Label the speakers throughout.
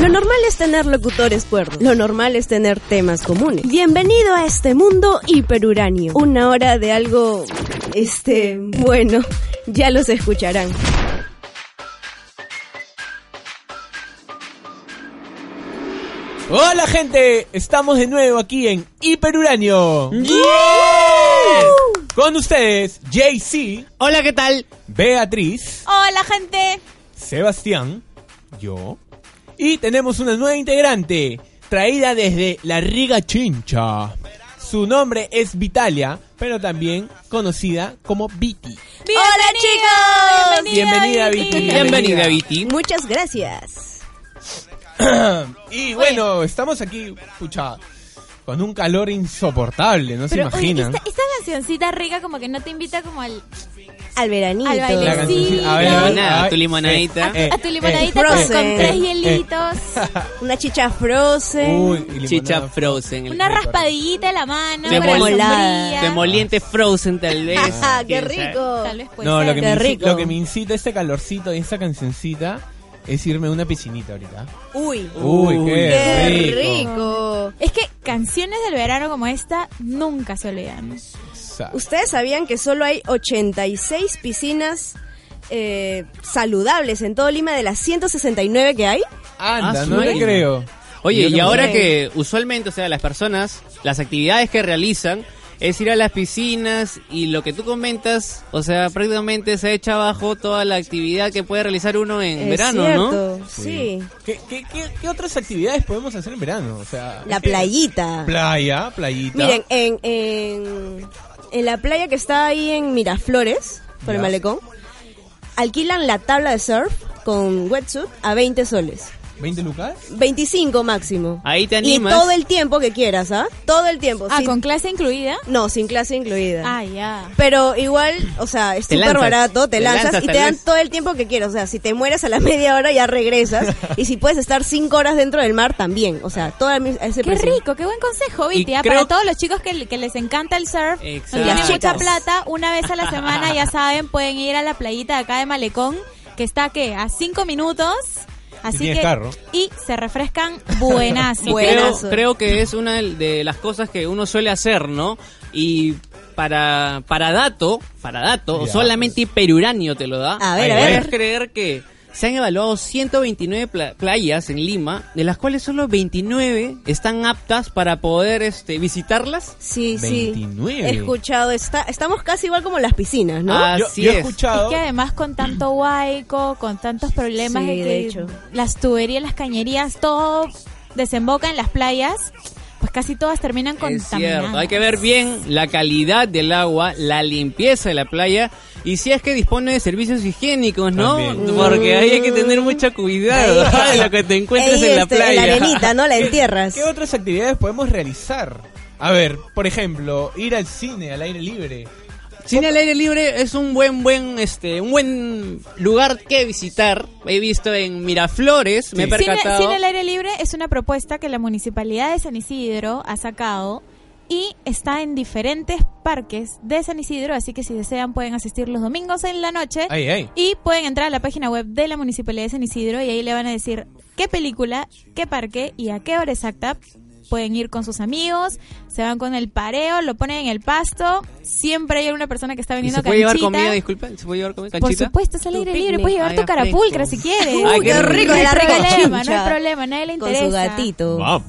Speaker 1: Lo normal es tener locutores cuerdos. Lo normal es tener temas comunes. Bienvenido a este mundo hiperuráneo. Una hora de algo, este, bueno, ya los escucharán.
Speaker 2: Hola gente, estamos de nuevo aquí en Hiperuranio. Con ustedes, JC,
Speaker 3: Hola, ¿qué tal?
Speaker 2: Beatriz,
Speaker 4: Hola gente.
Speaker 2: Sebastián, yo. Y tenemos una nueva integrante, traída desde la Riga Chincha. Su nombre es Vitalia, pero también conocida como Viti.
Speaker 4: Hola chicos.
Speaker 2: Bienvenida, Vicky. Bienvenida,
Speaker 3: Bienvenida, Viti.
Speaker 1: Muchas gracias.
Speaker 2: Y bueno, estamos aquí, pucha, con un calor insoportable, no
Speaker 4: Pero
Speaker 2: se
Speaker 4: oye, este,
Speaker 2: imaginan.
Speaker 4: esta, esta cancioncita rica como que no te invita como al
Speaker 1: Al veranito.
Speaker 4: Al baile.
Speaker 2: La
Speaker 4: Sí,
Speaker 2: cancioncita- a ver,
Speaker 4: la-
Speaker 2: a ver, a ver.
Speaker 3: Tu limonadita.
Speaker 2: Eh, eh,
Speaker 4: a tu limonadita
Speaker 1: eh,
Speaker 4: con,
Speaker 1: Frozen.
Speaker 4: con tres
Speaker 2: Eh,
Speaker 4: hielitos, eh.
Speaker 1: Una chicha frozen.
Speaker 2: Uy, y limonada.
Speaker 3: Chicha frozen.
Speaker 4: una raspadillita en la mano,
Speaker 3: De
Speaker 4: con la
Speaker 3: mol-
Speaker 4: sombrilla.
Speaker 3: Demoliente frozen, tal vez.
Speaker 1: Ah, ¡Qué
Speaker 3: Quién sabe.
Speaker 1: rico!
Speaker 4: Tal vez puede
Speaker 2: No,
Speaker 4: ser.
Speaker 2: lo que, me
Speaker 1: Qué
Speaker 2: incita,
Speaker 1: rico.
Speaker 2: lo que me incita este calorcito y esta cancioncita es irme a una piscinita ahorita.
Speaker 1: Uy,
Speaker 2: Uy, qué,
Speaker 1: qué
Speaker 2: rico.
Speaker 1: rico.
Speaker 4: Es que canciones del verano como esta nunca se olvidan.
Speaker 2: Sa-
Speaker 1: ¿Ustedes sabían que solo hay 86 piscinas eh, saludables en todo Lima de las 169 que hay?
Speaker 2: Anda,
Speaker 3: Ah,
Speaker 2: no
Speaker 3: suena.
Speaker 2: te creo.
Speaker 3: Oye,
Speaker 2: Yo
Speaker 3: y
Speaker 2: que-
Speaker 3: ahora que usualmente, o sea, las personas, las actividades que realizan es ir a las piscinas y lo que tú comentas, o sea, prácticamente se echa abajo toda la actividad que puede realizar uno en
Speaker 1: Es
Speaker 3: verano, ¿no?
Speaker 1: cierto, Sí.
Speaker 2: ¿Qué, qué, qué, qué otras actividades podemos hacer en verano? O sea,
Speaker 1: La
Speaker 2: es que-
Speaker 1: playita.
Speaker 2: Playa, playita.
Speaker 1: Miren, en, en, en la playa que está ahí en Miraflores, por el
Speaker 2: Ya.
Speaker 1: malecón, alquilan la tabla de surf con wetsuit a 20 soles.
Speaker 2: ¿20 lucas?
Speaker 1: 25 máximo.
Speaker 3: Ahí te
Speaker 1: Y
Speaker 3: animas.
Speaker 1: todo el tiempo que quieras, ¿ah? Todo el tiempo.
Speaker 4: Ah,
Speaker 1: sin-
Speaker 4: con clase incluida.
Speaker 1: No, sin clase incluida.
Speaker 4: Ah, ya.
Speaker 1: Pero igual, o sea, es
Speaker 3: Te
Speaker 1: súper
Speaker 3: lanzas.
Speaker 1: barato, te,
Speaker 3: Te
Speaker 1: lanzas,
Speaker 3: lanzas,
Speaker 1: y
Speaker 3: tal
Speaker 1: te dan
Speaker 3: vez.
Speaker 1: todo el tiempo que quieras. O sea, si te mueres a la media hora ya regresas. y si puedes estar 5 horas dentro del mar también. O sea, todo al mis- a ese
Speaker 4: Qué
Speaker 1: precio.
Speaker 4: rico, qué buen consejo, Viti.
Speaker 3: pues Y
Speaker 4: ah,
Speaker 3: creo-
Speaker 4: Para todos los chicos que, que les encanta el surf,
Speaker 3: Exacto.
Speaker 4: no tienen
Speaker 1: Las
Speaker 4: mucha
Speaker 1: chicas.
Speaker 4: plata, una vez a la semana, ya saben, pueden ir a la playita de acá de Malecón, que está, ¿qué? A cinco minutos. Así
Speaker 2: tienes
Speaker 4: que,
Speaker 2: carro.
Speaker 4: y se refrescan buenazo.
Speaker 3: Y
Speaker 1: Buenazo.
Speaker 3: creo, creo que es una de las cosas que uno suele hacer, ¿no? Y para, para dato, para dato,
Speaker 2: Ya,
Speaker 3: solamente Hiperuranio te lo da.
Speaker 1: A ver,
Speaker 2: a
Speaker 3: ¿Puedes
Speaker 1: ver.
Speaker 3: creer que se han evaluado 129 pla- playas en Lima, de las cuales solo 29 están aptas para poder este, visitarlas?
Speaker 1: Sí, sí.
Speaker 2: 29.
Speaker 1: He escuchado, está, estamos casi igual como las piscinas, ¿no?
Speaker 3: Ah,
Speaker 2: Yo,
Speaker 3: Así
Speaker 2: yo he
Speaker 3: es.
Speaker 4: Es
Speaker 2: escuchado.
Speaker 4: que además con tanto huaico, con tantos problemas
Speaker 1: Sí,
Speaker 4: de que
Speaker 1: de hecho.
Speaker 4: las tuberías, las cañerías, todo desemboca en las playas, pues casi todas terminan
Speaker 3: Es cierto,
Speaker 4: contaminadas.
Speaker 3: hay que ver bien la calidad del agua, la limpieza de la playa y si es que dispone de servicios higiénicos, ¿no? Mm.
Speaker 2: También.
Speaker 3: Porque ahí hay que tener mucho cuidado de lo que te encuentras
Speaker 1: Ahí,
Speaker 3: en la
Speaker 1: este,
Speaker 3: playa.
Speaker 1: La arenita, ¿no? La entierras.
Speaker 2: ¿Qué otras actividades podemos realizar? A ver, por ejemplo, ir al cine al aire libre.
Speaker 3: Cine al aire libre es un buen buen este un buen lugar que visitar. He visto en Miraflores, me he
Speaker 4: Cine,
Speaker 3: percatado.
Speaker 4: Cine al e- aire libre es una propuesta que la municipalidad de San Isidro ha sacado y está en diferentes parques de San Isidro, así que si desean pueden asistir los domingos en la noche
Speaker 2: Ay, ay.
Speaker 4: y pueden entrar a la página web de la municipalidad de San Isidro y ahí le van a decir qué película, qué parque y a qué hora exacta. Pueden ir con sus amigos, se van con el pareo, lo ponen en el pasto. Siempre hay una persona que está
Speaker 3: ¿Y
Speaker 4: vendiendo
Speaker 3: se puede llevar
Speaker 4: canchita.
Speaker 3: comida, disculpa, se puede llevar comida
Speaker 4: Por
Speaker 3: canchita.
Speaker 4: supuesto, es al
Speaker 1: Tu
Speaker 4: aire
Speaker 1: picnic.
Speaker 4: libre. Puedes llevar
Speaker 3: Ay,
Speaker 4: tu
Speaker 3: a
Speaker 4: carapulcra
Speaker 3: fresco.
Speaker 4: si quieres.
Speaker 3: Ay, Ah, qué rico.
Speaker 4: No hay
Speaker 1: La rica
Speaker 4: problema, no
Speaker 1: chincha.
Speaker 4: hay problema. a Nadie le
Speaker 1: Con
Speaker 4: interesa.
Speaker 1: su gatito.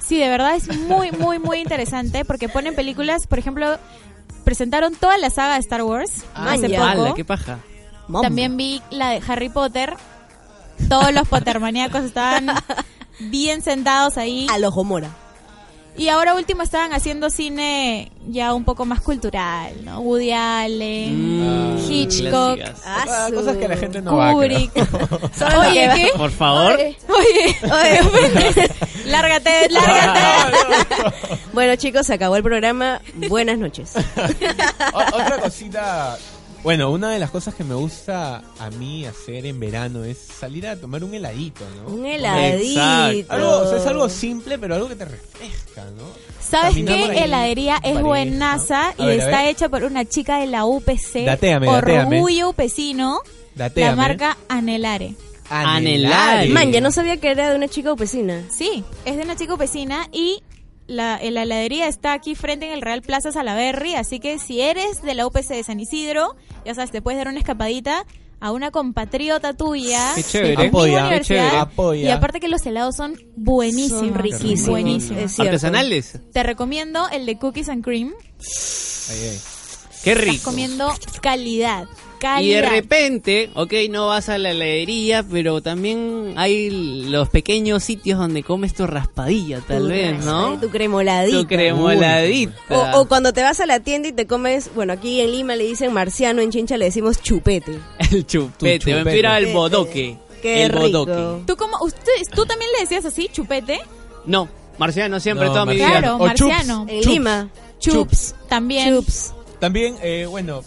Speaker 4: Sí, de verdad es muy, muy, muy interesante porque ponen películas, por ejemplo, presentaron toda la saga de Star Wars
Speaker 1: Ah,
Speaker 4: hace
Speaker 1: ya.
Speaker 4: poco.
Speaker 3: Ala, qué paja.
Speaker 1: Mambo.
Speaker 4: También vi la de Harry Potter. Todos los Pottermaníacos estaban bien sentados ahí.
Speaker 1: A los Gomora.
Speaker 4: Y ahora último estaban haciendo cine ya un poco más cultural, ¿no? Woody Allen,
Speaker 3: Mm,
Speaker 4: Hitchcock,
Speaker 3: clásicas.
Speaker 2: Ah,
Speaker 1: Asu.
Speaker 2: cosas que la gente no va a creer.
Speaker 4: Kubrick. Oye, ¿qué?
Speaker 3: Por favor.
Speaker 4: Oye, oye, lárgate, lárgate.
Speaker 1: Bueno, chicos, se acabó el programa. Buenas noches.
Speaker 2: O- otra cosita. Bueno, una de las cosas que me gusta a mí hacer en verano es salir a tomar un heladito, ¿no?
Speaker 1: Un heladito.
Speaker 3: Exacto.
Speaker 2: Algo, o sea, es algo simple, pero algo que te refresca, ¿no?
Speaker 4: ¿Sabes
Speaker 2: Caminar por ahí.
Speaker 4: qué heladería es
Speaker 2: Pareja.
Speaker 4: buenaza
Speaker 2: A
Speaker 4: y
Speaker 2: ver, a
Speaker 4: está
Speaker 2: ver.
Speaker 4: hecha por una chica de la UPC?
Speaker 2: Datéame, datéame.
Speaker 4: Orgullo upecino,
Speaker 2: Datéame.
Speaker 4: la marca Anelare.
Speaker 3: Anhelare.
Speaker 1: Man, ya no sabía que era de una chica opesina.
Speaker 4: Sí, es de una chica upecina y la, eh, la heladería está aquí frente en el Real Plaza Salaberry, así que si eres de la UPC de San Isidro, ya sabes, te puedes dar una escapadita a una compatriota tuya.
Speaker 3: Qué chévere,
Speaker 4: amiga
Speaker 2: apoya, qué
Speaker 4: universidad,
Speaker 3: chévere.
Speaker 2: Apoya.
Speaker 4: Y aparte que los helados son buenísimos.
Speaker 1: Son riquísimos.
Speaker 4: Buenísimos.
Speaker 1: Es cierto.
Speaker 3: Artesanales.
Speaker 4: Te recomiendo el de Cookies and Cream.
Speaker 3: Qué
Speaker 4: Estás
Speaker 3: rico.
Speaker 4: comiendo calidad.
Speaker 3: Y de
Speaker 4: Calidad.
Speaker 3: repente, ok, no vas a la heladería, pero también hay los pequeños sitios donde comes tu raspadilla, tal
Speaker 1: Tu
Speaker 3: vez, ¿no?
Speaker 1: Tu cremoladito.
Speaker 3: Tu cremoladita.
Speaker 1: O, o cuando te vas a la tienda y te comes, bueno, aquí en Lima le dicen marciano, en Chincha le decimos chupete.
Speaker 3: El chupete,
Speaker 2: Tu chupete.
Speaker 3: me inspira el bodoque.
Speaker 1: Qué
Speaker 3: el
Speaker 1: rico.
Speaker 3: bodoque.
Speaker 4: ¿Tú, como, usted, ¿Tú también le decías así, chupete?
Speaker 3: No, marciano siempre,
Speaker 2: No,
Speaker 3: toda mi vida.
Speaker 4: Claro,
Speaker 2: O chups.
Speaker 4: marciano.
Speaker 1: En
Speaker 2: Chups.
Speaker 1: Lima.
Speaker 4: Chups, también.
Speaker 1: Chups.
Speaker 2: También, eh, bueno,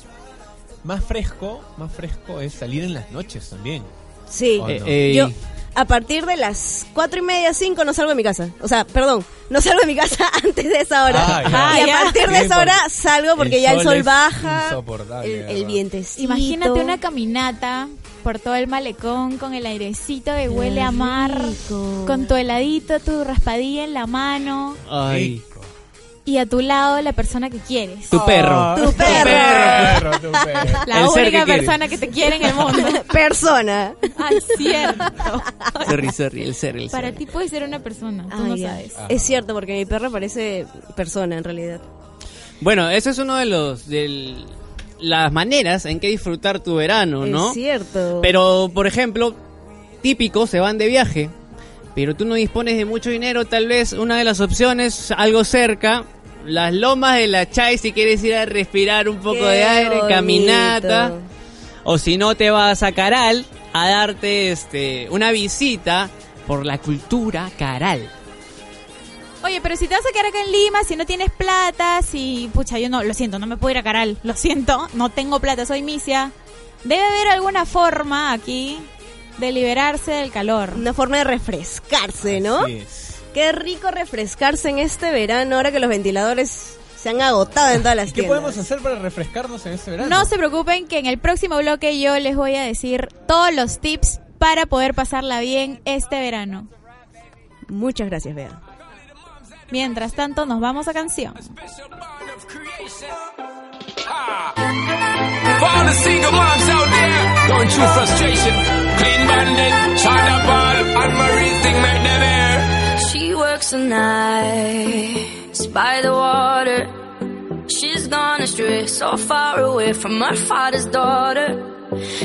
Speaker 2: más fresco, más fresco es salir en las noches también.
Speaker 1: Sí.
Speaker 2: Oh,
Speaker 3: Eh,
Speaker 2: no.
Speaker 3: eh,
Speaker 1: Yo, a partir de las cuatro y media, cinco, no salgo de mi casa. O sea, perdón, no salgo de mi casa antes de esa hora.
Speaker 2: Ah, ya.
Speaker 1: y
Speaker 4: Ah,
Speaker 1: a
Speaker 4: ya.
Speaker 1: partir de
Speaker 2: Sí,
Speaker 1: esa
Speaker 2: por-
Speaker 1: hora salgo porque
Speaker 2: el
Speaker 1: ya el
Speaker 2: sol
Speaker 1: sol
Speaker 2: es
Speaker 1: baja.
Speaker 2: insoportable,
Speaker 1: El, el
Speaker 2: ¿verdad?
Speaker 1: vientecito.
Speaker 4: Imagínate una caminata por todo el malecón con el airecito que huele a mar,
Speaker 1: rico.
Speaker 4: con tu heladito, tu raspadilla en la mano
Speaker 3: ay,
Speaker 2: Rico.
Speaker 4: y a tu lado la persona que quieres.
Speaker 3: tu perro.
Speaker 2: Ah,
Speaker 1: Tu perro.
Speaker 2: Tu perro, tu perro.
Speaker 4: La
Speaker 3: el ser
Speaker 4: única
Speaker 3: que quiere.
Speaker 4: persona que te quiere en el mundo.
Speaker 1: persona.
Speaker 4: Ah, cierto.
Speaker 1: Oh.
Speaker 3: Sorry, sorry, el ser, el
Speaker 4: Para
Speaker 3: ser.
Speaker 4: ti puede ser una persona, tú
Speaker 1: Ay,
Speaker 4: no
Speaker 1: Ah, ya.
Speaker 4: sabes.
Speaker 3: Ah.
Speaker 1: Es cierto, porque mi perro parece persona en realidad.
Speaker 3: Bueno, ese es uno de los del- las maneras en que disfrutar tu verano, ¿no?
Speaker 1: Es cierto.
Speaker 3: Pero, por ejemplo, típico, se van de viaje, pero tú no dispones de mucho dinero, tal vez una de las opciones, algo cerca, las lomas de la Chay, si quieres ir a respirar un poco
Speaker 1: Qué
Speaker 3: de aire,
Speaker 1: bonito.
Speaker 3: caminata, o si no te vas a Caral a darte este una visita por la cultura Caral.
Speaker 4: Oye, pero si te vas a quedar acá en Lima, si no tienes plata, si. Pucha, yo no, lo siento, no me puedo ir a Caral, lo siento, no tengo plata, soy misia. Debe haber alguna forma aquí de liberarse del calor.
Speaker 1: Una forma de refrescarse, ¿no?
Speaker 2: Así es.
Speaker 1: Qué rico refrescarse en este verano, ahora que los ventiladores se han agotado en todas las
Speaker 2: ¿Y qué
Speaker 1: tiendas.
Speaker 2: podemos hacer para refrescarnos en este verano?
Speaker 4: No se preocupen que en el próximo bloque yo les voy a decir todos los tips para poder pasarla bien este verano.
Speaker 1: Muchas gracias, Bea.
Speaker 4: Mientras tanto, nos vamos a canción.
Speaker 5: For all the single moms out there going through frustration, clean bandit, China ball, and Marie thing make them air.
Speaker 6: She works the nights by the water. She's gone astray, so far away from her father's daughter.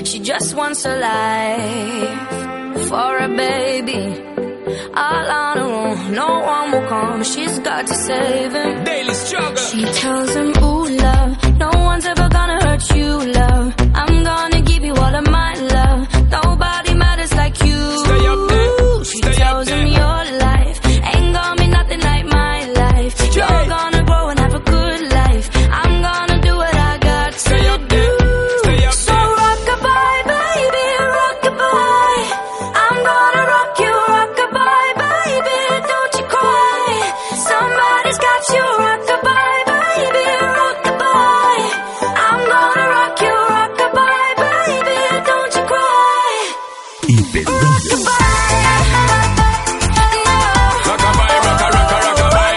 Speaker 6: She just wants a life for a baby. All on her own, no one will come. She's got to save him.
Speaker 5: Daily struggle.
Speaker 6: She tells him, Ooh, love, no one's ever gonna hurt you, love. I'm gonna give you all of my love. Nobody matters like you.
Speaker 5: Stay up there.
Speaker 6: She
Speaker 5: Stay up
Speaker 6: tells him,
Speaker 5: there.
Speaker 6: Your life ain't gonna be nothing like my life. You're gonna grow and have a good life. I'm gonna do what I got
Speaker 5: Stay
Speaker 6: to
Speaker 5: up
Speaker 6: do.
Speaker 5: there. Stay up
Speaker 6: So
Speaker 5: there.
Speaker 6: rock-a-bye, baby, rock-a-bye. I'm gonna rock you, rock-a-bye, baby, don't you cry. Somebody's got you, rock-a-bye, baby, rock-a-bye. I'm gonna rock you, rock-a-bye, baby, don't you cry. Rock-a-bye, no.
Speaker 5: Rockabye, rocka, rocka, rockabye.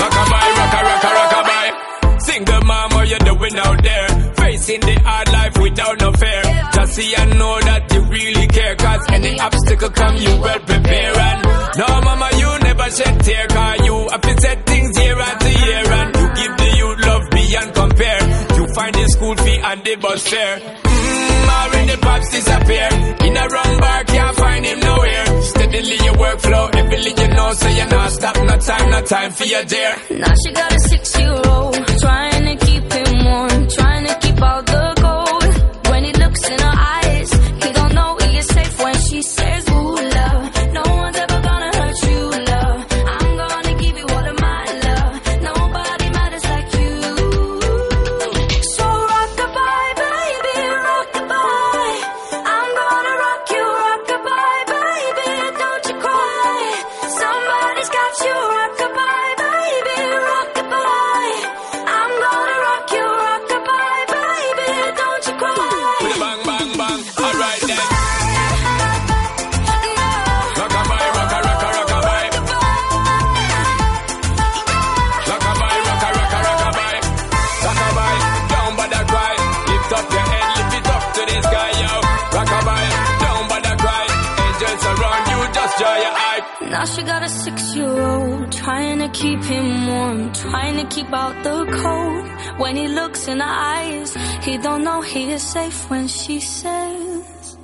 Speaker 5: Rockabye, rocka, rocka, rockabye. Single mom, what you doing out there? Facing the hard life without no fear. Just see and know that you really care. Cause any obstacle come, you well prepare. And no, mama, you never shed tear. Cause you have to set things year after year. And you give the youth love beyond compare. You find the school fee and the bus fare. Mm, Mmm, already pops disappear. In a wrong bar, can't find him nowhere. Steady in your workflow. Every little you know, so you're not stop. No time, no time for you, dear.
Speaker 6: Now she got a six year old, trying to keep him warm, trying to keep out the cold. When he looks in her eyes, he don't know he is safe when she says, Ooh, love. No one's ever gonna hurt you, love. I'm gonna give you all of my love. Nobody matters like you. So rock baby, rock I'm gonna rock you, rock baby. Don't you cry. Somebody's got you, rock baby, rock I'm gonna rock you, rock baby. Don't you cry.
Speaker 5: With a bang, bang, bang. All right then. Rockabye, rocka, rocka, rockabye. Rockabye, rocka, rocka, rockabye. Rockabye, don't bother cry. Lift up your head, lift it up to the sky, yo. Rockabye, don't bother cry. Angels around you, just dry your eye.
Speaker 6: Now she got a six year old, trying to keep him warm, trying to keep out the cold. When he looks in her eyes, he don't know he is safe when she says,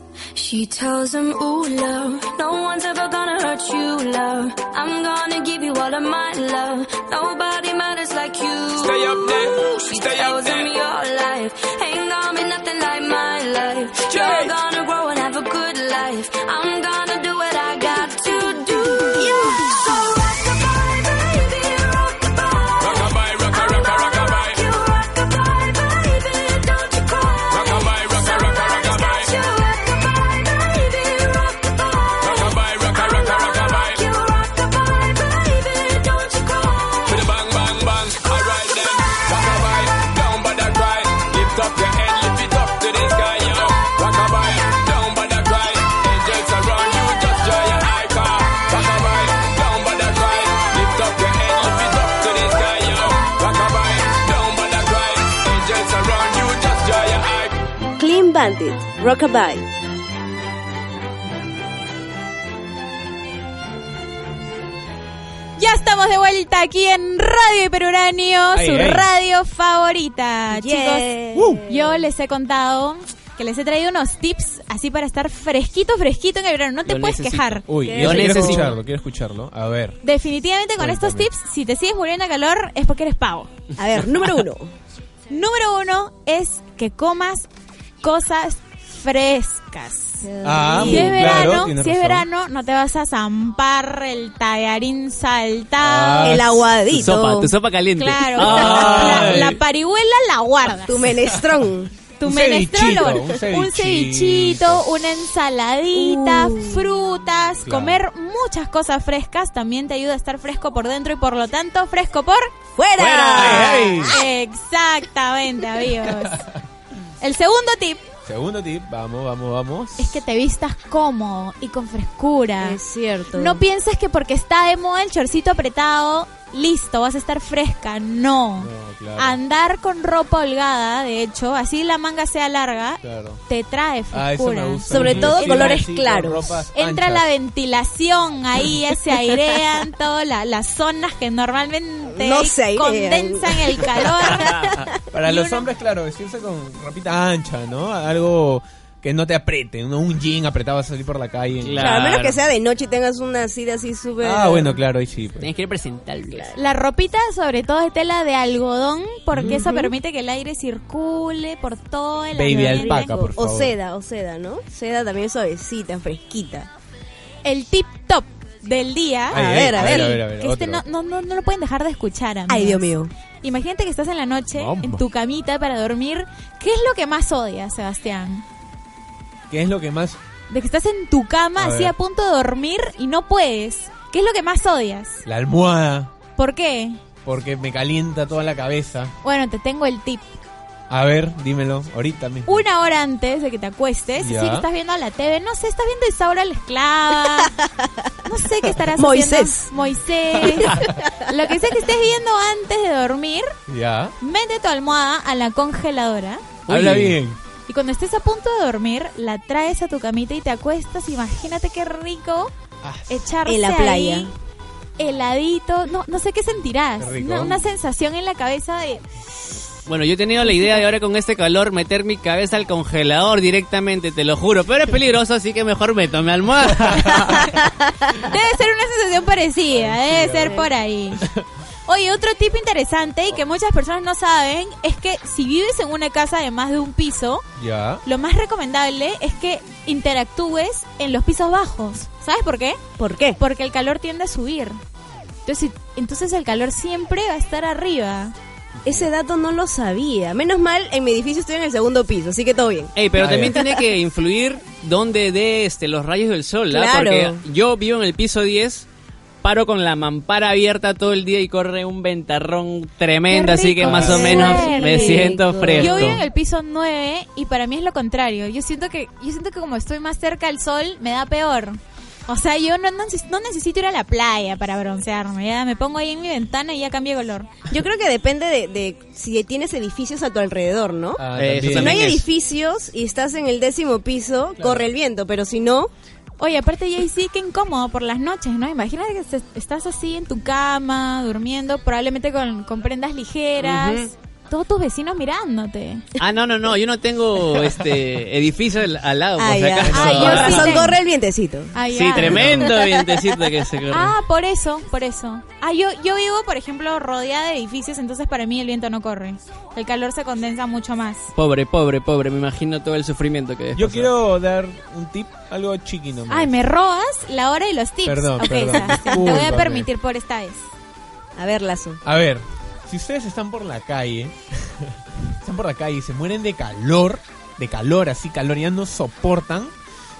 Speaker 6: She tells him, Ooh, love, no one's ever gonna hurt you, love. I'm gonna give you all of my love. Nobody matters like you.
Speaker 5: Stay up there,
Speaker 6: She
Speaker 5: stay up
Speaker 6: tells him
Speaker 5: there.
Speaker 6: your life ain't gonna be nothing like my life. You're gonna grow and have a good life. I'm gonna do what I got to do. So rock-a-bye, baby, rock-a-bye.
Speaker 5: Rockabye, rocka,
Speaker 6: I'm
Speaker 5: rocka,
Speaker 6: gonna
Speaker 5: rockabye.
Speaker 6: rock you, rock-a-bye, baby, don't you cry.
Speaker 5: Rockabye, rocka, rocka,
Speaker 6: Somebody's got
Speaker 5: rockabye.
Speaker 6: you, rock-a-bye, baby, rock-a-bye.
Speaker 5: Rockabye, rocka,
Speaker 6: I'm
Speaker 5: rocka,
Speaker 6: gonna
Speaker 5: rockabye.
Speaker 6: rock you, rock-a-bye, baby, don't you cry.
Speaker 5: With a bang, bang, bang. All right then. Rockabye, don't bother cry. Lift up your head, lift it up to the sky, yo. Rockabye, don't bother cry. Angels around you, just dry your eye, car. Rockabye, don't bother cry. Lift up your head, lift it up to the sky, yo. Rockabye, don't bother cry. Angels around you, just dry your eye.
Speaker 1: Clean Bandit, Rockabye.
Speaker 4: Ya estamos de vuelta aquí en Radio Hiperuranio,
Speaker 2: Ay,
Speaker 4: su
Speaker 2: ay.
Speaker 4: radio favorita.
Speaker 1: Yeah.
Speaker 4: Chicos,
Speaker 2: Uh.
Speaker 4: yo les he contado que les he traído unos tips así para estar fresquito, fresquito en el verano. No te
Speaker 3: Lo
Speaker 4: puedes
Speaker 3: necesito.
Speaker 4: quejar.
Speaker 2: Uy,
Speaker 3: Yo
Speaker 2: eso quiero
Speaker 3: necesito-
Speaker 2: escucharlo, quiero escucharlo. A ver.
Speaker 4: Definitivamente con estos
Speaker 2: Cuéntame.
Speaker 4: tips, si te sigues muriendo de calor es porque eres pavo.
Speaker 1: A ver, número uno.
Speaker 4: Número uno es que comas cosas frescas.
Speaker 2: Ah,
Speaker 4: si es
Speaker 2: claro,
Speaker 4: verano,
Speaker 2: tienes
Speaker 4: si es
Speaker 2: razón.
Speaker 4: verano, no te vas a zampar el tallarín saltado.
Speaker 2: Ah,
Speaker 1: el
Speaker 3: Tu
Speaker 1: aguadito.
Speaker 3: sopa, tu sopa caliente.
Speaker 4: Claro,
Speaker 2: Ay.
Speaker 4: la, la parihuela la guardas.
Speaker 1: Tu menestrón.
Speaker 4: Tu
Speaker 2: Un
Speaker 4: menestrón,
Speaker 2: cevichito,
Speaker 4: lo-
Speaker 2: un
Speaker 4: un
Speaker 2: cevichito.
Speaker 4: cevichito, una ensaladita,
Speaker 1: Uh.
Speaker 4: frutas,
Speaker 2: Claro.
Speaker 4: comer muchas cosas frescas también te ayuda a estar fresco por dentro y por lo tanto fresco por fuera.
Speaker 2: ¡Fuera! ¡Ay,
Speaker 4: Exactamente, amigos. El segundo tip
Speaker 2: Segundo tip, vamos, vamos, vamos.
Speaker 4: es que te vistas cómodo y con frescura.
Speaker 1: Es cierto.
Speaker 4: No pienses que porque está de moda el chorcito apretado, listo, vas a estar fresca. No.
Speaker 2: No, claro.
Speaker 4: Andar con ropa holgada, de hecho, así la manga sea larga,
Speaker 2: Claro.
Speaker 4: te trae frescura.
Speaker 2: Ah, eso me gusta.
Speaker 1: Sobre
Speaker 2: Sí,
Speaker 1: todo
Speaker 2: sí,
Speaker 1: colores
Speaker 2: sí, con
Speaker 1: claros.
Speaker 2: ropas
Speaker 4: Entra la
Speaker 2: anchas.
Speaker 4: ventilación ahí, ya se airean todas la- las zonas que normalmente
Speaker 1: No se airean.
Speaker 4: condensan el calor.
Speaker 2: Para
Speaker 4: Y
Speaker 2: los
Speaker 4: una-
Speaker 2: hombres, claro, vestirse con ropita ancha, ¿no? Algo que no te apriete, ¿no? un jean apretado a salir por la calle.
Speaker 3: Claro.
Speaker 1: Claro, a menos que sea de noche y tengas una sida así súper.
Speaker 2: Ah, bueno, claro, ahí sí. pues.
Speaker 3: Tienes que ir presentable.
Speaker 4: La ropita sobre todo es tela de algodón porque eso permite que el aire circule por todo el
Speaker 2: Baby
Speaker 4: ambiente.
Speaker 2: alpaca, por
Speaker 1: O
Speaker 2: favor.
Speaker 1: seda, o seda, ¿no? Seda también suavecita, fresquita.
Speaker 4: El tip top del día.
Speaker 2: Ay,
Speaker 1: A
Speaker 2: ay,
Speaker 1: ver, a ver,
Speaker 2: a ver, a ver,
Speaker 4: Que este
Speaker 2: otro.
Speaker 4: no, no, no, no lo pueden dejar de escuchar. Amigos.
Speaker 1: Ay, Dios mío.
Speaker 4: Imagínate que estás en la noche,
Speaker 2: Vamos.
Speaker 4: en tu camita para dormir. ¿Qué es lo que más odias, Sebastián?
Speaker 2: ¿Qué es lo que más?
Speaker 4: De que estás en tu cama,
Speaker 2: A
Speaker 4: así
Speaker 2: ver.
Speaker 4: a punto de dormir y no puedes. ¿Qué es lo que más odias?
Speaker 2: La almohada,
Speaker 4: ¿Por qué?
Speaker 2: porque me calienta toda la cabeza.
Speaker 4: Bueno, te tengo el tip.
Speaker 2: A ver, dímelo, ahorita mismo.
Speaker 4: Una hora antes de que te acuestes, si
Speaker 2: Ya.
Speaker 4: es que estás viendo a la TV, no sé, estás viendo Isaura la esclava, no sé qué estarás
Speaker 1: Moisés.
Speaker 4: haciendo. Moisés. Lo que sea que estés viendo antes de dormir,
Speaker 2: Ya.
Speaker 4: mete tu almohada a la congeladora.
Speaker 2: Habla
Speaker 3: Uy.
Speaker 2: bien.
Speaker 4: Y cuando estés a punto de dormir, la traes a tu camita y te acuestas. Imagínate qué rico
Speaker 2: Ah,
Speaker 4: echarse
Speaker 1: En la playa.
Speaker 4: ahí, heladito. No, no sé qué sentirás.
Speaker 2: Qué rico.
Speaker 4: Una, una sensación en la cabeza de
Speaker 3: Bueno, yo he tenido la idea de ahora con este calor meter mi cabeza al congelador directamente, te lo juro. Pero es peligroso, así que mejor me tome almohada.
Speaker 4: Debe ser una sensación parecida, debe ser por ahí. Oye, otro tip interesante y que muchas personas no saben es que si vives en una casa de más de un piso,
Speaker 2: Ya.
Speaker 4: lo más recomendable es que interactúes en los pisos bajos. ¿Sabes por qué?
Speaker 1: ¿Por qué?
Speaker 4: Porque el calor tiende a subir. Entonces, entonces el calor siempre va a estar arriba.
Speaker 1: Ese dato no lo sabía. Menos mal, en mi edificio estoy en el segundo piso, así que todo bien.
Speaker 3: Ey, pero
Speaker 2: Ah,
Speaker 3: también
Speaker 2: ya.
Speaker 3: tiene que influir donde dé este, los rayos del sol, ¿ah?
Speaker 1: Claro.
Speaker 3: Porque yo vivo en el piso 10, paro con la mampara abierta todo el día y corre un ventarrón tremendo, así que
Speaker 4: rico,
Speaker 3: más o
Speaker 4: qué
Speaker 3: menos me
Speaker 4: rico.
Speaker 3: siento fresco.
Speaker 4: Yo
Speaker 3: Ah,
Speaker 4: vivo en el piso 9 y para mí es lo contrario. Yo siento que yo siento que como estoy más cerca al sol me da peor. O sea, yo no, no neces- no necesito ir a la playa para broncearme. Ya me pongo ahí en mi ventana y ya cambia color.
Speaker 1: Yo creo que depende de, de si tienes edificios a tu alrededor, ¿no?
Speaker 2: Ah,
Speaker 3: Eh,
Speaker 2: también.
Speaker 1: si no hay
Speaker 3: es.
Speaker 1: edificios y estás en el décimo piso, corre el viento, pero si no,
Speaker 4: Oye, aparte ya sí que incómodo por las noches, ¿no? Imagínate que se- estás así en tu cama, durmiendo, probablemente con, con prendas ligeras. Todos tus vecinos mirándote.
Speaker 3: Ah, no, no, no, yo no tengo este edificio al, al
Speaker 2: Ah,
Speaker 3: lado, por si
Speaker 1: ya.
Speaker 3: acaso. Ah,
Speaker 4: Ay,
Speaker 1: Con
Speaker 4: Ah, yo sí
Speaker 1: razón,
Speaker 4: tengo.
Speaker 1: corre el vientecito.
Speaker 4: Ay,
Speaker 3: Sí,
Speaker 4: ya.
Speaker 3: tremendo vientecito que se corre.
Speaker 4: Ah, por eso, por eso. Ah, yo, yo vivo, por ejemplo, rodeada de edificios, entonces para mí el viento no corre. El calor se condensa mucho más.
Speaker 3: Pobre, pobre, pobre, me imagino todo el sufrimiento que debes
Speaker 2: Yo
Speaker 3: pasar.
Speaker 2: quiero dar un tip, algo chiqui nomás.
Speaker 4: Ay, me robas la hora y los tips.
Speaker 2: Perdón,
Speaker 4: Ok,
Speaker 2: perdón,
Speaker 4: Sebastián, te voy a
Speaker 2: discúlpame.
Speaker 4: permitir por esta vez.
Speaker 1: A ver, Lazo.
Speaker 2: A ver, si ustedes están por la calle, están por la calle y se mueren de calor, de calor, así calor, ya no soportan.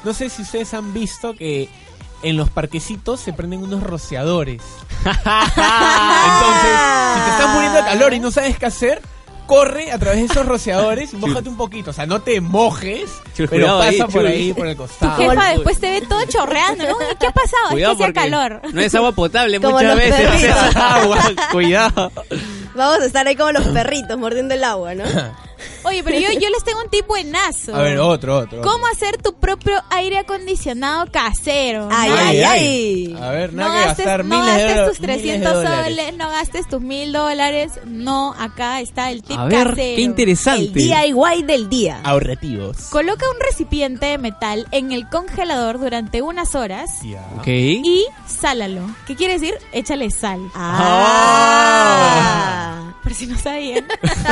Speaker 2: No sé si ustedes han visto que en los parquecitos se prenden unos rociadores. Entonces, si te estás muriendo de calor y no sabes qué hacer, corre a través de esos rociadores y mojate un poquito. O sea, no te mojes,
Speaker 3: Chul,
Speaker 2: pero
Speaker 3: cuidado
Speaker 2: pasa
Speaker 3: ahí,
Speaker 2: por
Speaker 3: chul.
Speaker 2: ahí, por el
Speaker 4: Tu
Speaker 2: costado.
Speaker 4: jefa
Speaker 3: uy.
Speaker 4: después te ve todo chorreando, ¿no? ¿Qué ha pasado?
Speaker 3: Cuidado
Speaker 4: es que hacía
Speaker 3: porque
Speaker 4: calor.
Speaker 3: no es agua potable
Speaker 1: Como
Speaker 3: muchas
Speaker 1: los
Speaker 3: veces.
Speaker 1: perritos.
Speaker 3: es agua, cuidado.
Speaker 1: Vamos a estar ahí como los perritos mordiendo el agua, ¿no?
Speaker 4: Oye, pero yo, yo les tengo un tip buenazo.
Speaker 2: A ver, otro, otro. otro.
Speaker 4: ¿Cómo hacer tu propio aire acondicionado casero?
Speaker 1: Ay,
Speaker 4: Nada
Speaker 1: ay, ay.
Speaker 2: A ver, Ah, nada
Speaker 4: no
Speaker 2: que
Speaker 4: gastes,
Speaker 2: gastar
Speaker 4: no
Speaker 2: miles de
Speaker 4: gastes
Speaker 2: dolo-
Speaker 4: tus
Speaker 2: miles de
Speaker 4: 300
Speaker 2: dólares.
Speaker 4: soles, no gastes tus 1000 dólares. No, acá está el tip
Speaker 3: A ver,
Speaker 4: casero.
Speaker 3: qué
Speaker 1: El
Speaker 3: interesante.
Speaker 1: DIY del día.
Speaker 2: Ahorrativos.
Speaker 4: Coloca un recipiente de metal en el congelador durante unas horas
Speaker 2: Ya.
Speaker 3: Ok.
Speaker 4: y sálalo. ¿Qué quiere decir? Échale sal.
Speaker 1: Ah.
Speaker 4: Por si no sabían.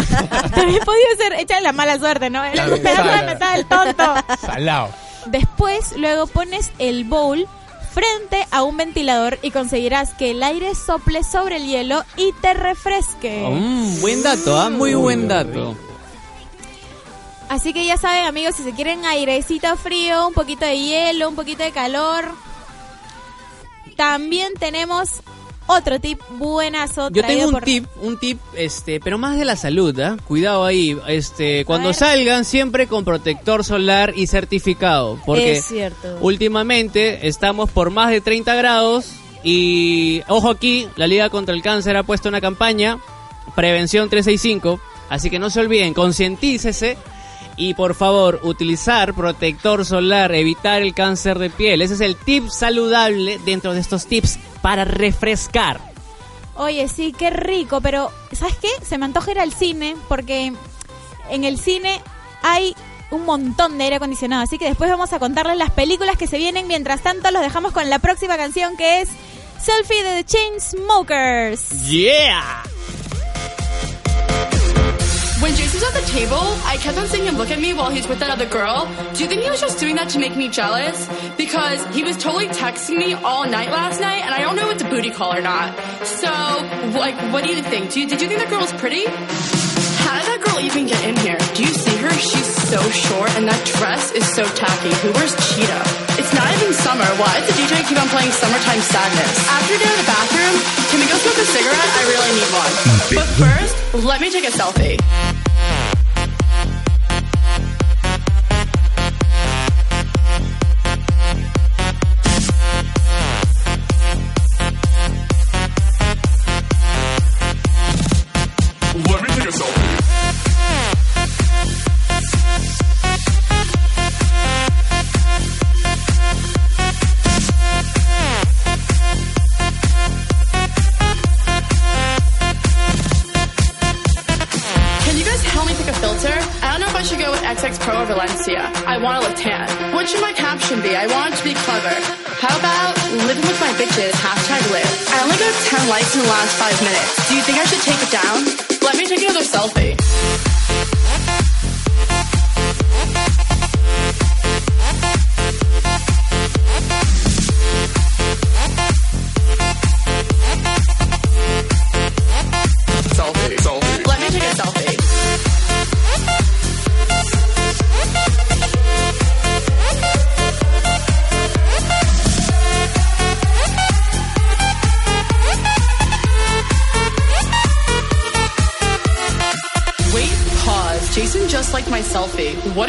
Speaker 4: También podía ser échale la mala suerte, ¿no? El
Speaker 2: Claro,
Speaker 4: pedazo de
Speaker 2: sálala.
Speaker 4: metal, tonto.
Speaker 2: Salado.
Speaker 4: Después, luego pones el bowl frente a un ventilador y conseguirás que el aire sople sobre el hielo y te refresque.
Speaker 3: Mm, buen dato, ah, muy buen dato.
Speaker 4: Así que ya saben, amigos, si se quieren airecito frío, un poquito de hielo, un poquito de calor. También tenemos otro tip buenazo.
Speaker 3: Yo
Speaker 4: traído
Speaker 3: tengo un
Speaker 4: por-
Speaker 3: tip, un tip, este, pero más de la salud, ¿ah? Cuidado ahí, este, cuando
Speaker 4: ver.
Speaker 3: salgan siempre con protector solar y certificado, porque
Speaker 1: Es cierto.
Speaker 3: últimamente estamos por más de 30 grados y ojo aquí, la Liga contra el Cáncer ha puesto una campaña Prevención 365, así que no se olviden, concientícese y por favor, utilizar protector solar, evitar el cáncer de piel. Ese es el tip saludable dentro de estos tips para refrescar.
Speaker 4: Oye, sí, qué rico, pero ¿sabes qué? Se me antoja ir al cine porque en el cine hay un montón de aire acondicionado, así que después vamos a contarles las películas que se vienen. Mientras tanto, los dejamos con la próxima canción que es Selfie de The Chainsmokers.
Speaker 3: Yeah.
Speaker 7: When Jason's at the table, I kept on seeing him look at me while he's with that other girl. Do you think he was just doing that to make me jealous? Because he was totally texting me all night last night, and I don't know if it's a booty call or not. So, like, what do you think? Do you, did you think that girl was pretty? How did that girl even get in here? Do you see her? She's so short, and that dress is so tacky. Who wears cheetah? It's not even summer. Why does the DJ keep on playing Summertime Sadness? After you go to the bathroom, can we go smoke a cigarette? I really need one. But first, let me take a selfie.
Speaker 5: Let me take a selfie.
Speaker 7: Can you guys whatever. How about living with my bitches, hashtag live. I only got 10 likes in the last five minutes. Do you think I should take it down? Let me take another selfie.
Speaker 5: Selfie. Selfie.
Speaker 7: Let me take a selfie. Wait, pause. Jason just liked my selfie. What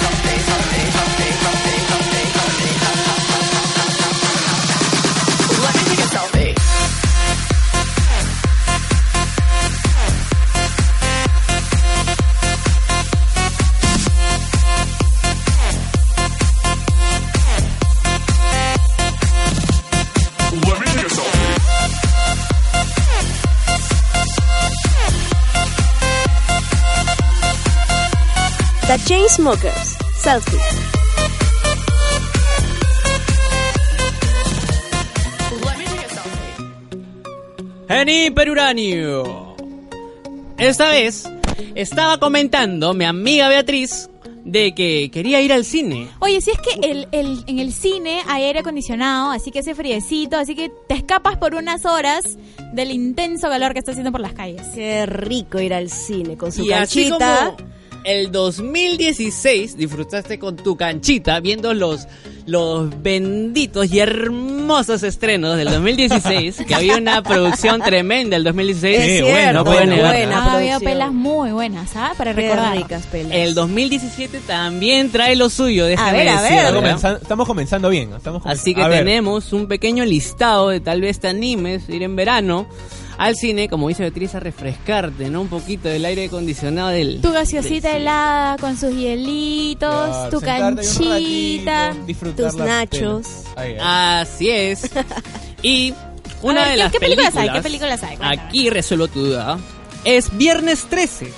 Speaker 7: selfie, selfie, selfie, selfie, selfie, selfie, selfie. Let me take a selfie.
Speaker 5: Let me take a selfie.
Speaker 1: The Chainsmokers, selfie.
Speaker 7: Let me take a selfie.
Speaker 3: Henny Peruranio. Esta vez estaba comentando mi amiga Beatriz de que quería ir al cine.
Speaker 4: Oye, si es que el, el- en el cine hay aire acondicionado, así que hace friecito, así que te escapas por unas horas del intenso calor que está haciendo por las calles.
Speaker 1: Qué rico ir al cine con su
Speaker 3: Y así
Speaker 1: canchita.
Speaker 3: como el 2016 disfrutaste con tu canchita viendo los, los benditos y hermosos estrenos del 2016, que había una producción tremenda el 2016.
Speaker 1: Es
Speaker 2: Sí,
Speaker 1: cierto,
Speaker 2: bueno,
Speaker 3: no puedo negar.
Speaker 1: buena
Speaker 4: Ah, veo
Speaker 1: producción.
Speaker 4: pelas muy buenas, ¿ah? Para
Speaker 1: Qué
Speaker 4: recordar.
Speaker 1: ricas pelas.
Speaker 3: El 2017 también trae lo suyo, déjame
Speaker 1: ver, a ver.
Speaker 3: decirlo.
Speaker 1: Está
Speaker 2: Estamos comenzando, estamos comenzando bien. Estamos com-
Speaker 3: Así que
Speaker 2: A ver,
Speaker 3: tenemos un pequeño listado de tal vez te animes ir en verano al cine, como dice Beatriz, a refrescarte, ¿no? Un poquito del aire acondicionado del...
Speaker 4: Tu gaseosita helada con sus hielitos,
Speaker 2: claro,
Speaker 4: tu
Speaker 2: sentarte ahí un
Speaker 4: canchita.
Speaker 2: ratito, disfrutar
Speaker 1: tus
Speaker 2: la
Speaker 1: nachos.
Speaker 2: cena. Ahí, ahí.
Speaker 3: Así es. Y una
Speaker 4: ver,
Speaker 3: de
Speaker 4: ¿qué-
Speaker 3: las
Speaker 4: qué
Speaker 3: películas,
Speaker 4: películas hay? ¿Qué películas hay? Cuéntame.
Speaker 3: Aquí resuelvo tu duda. Es Viernes 13,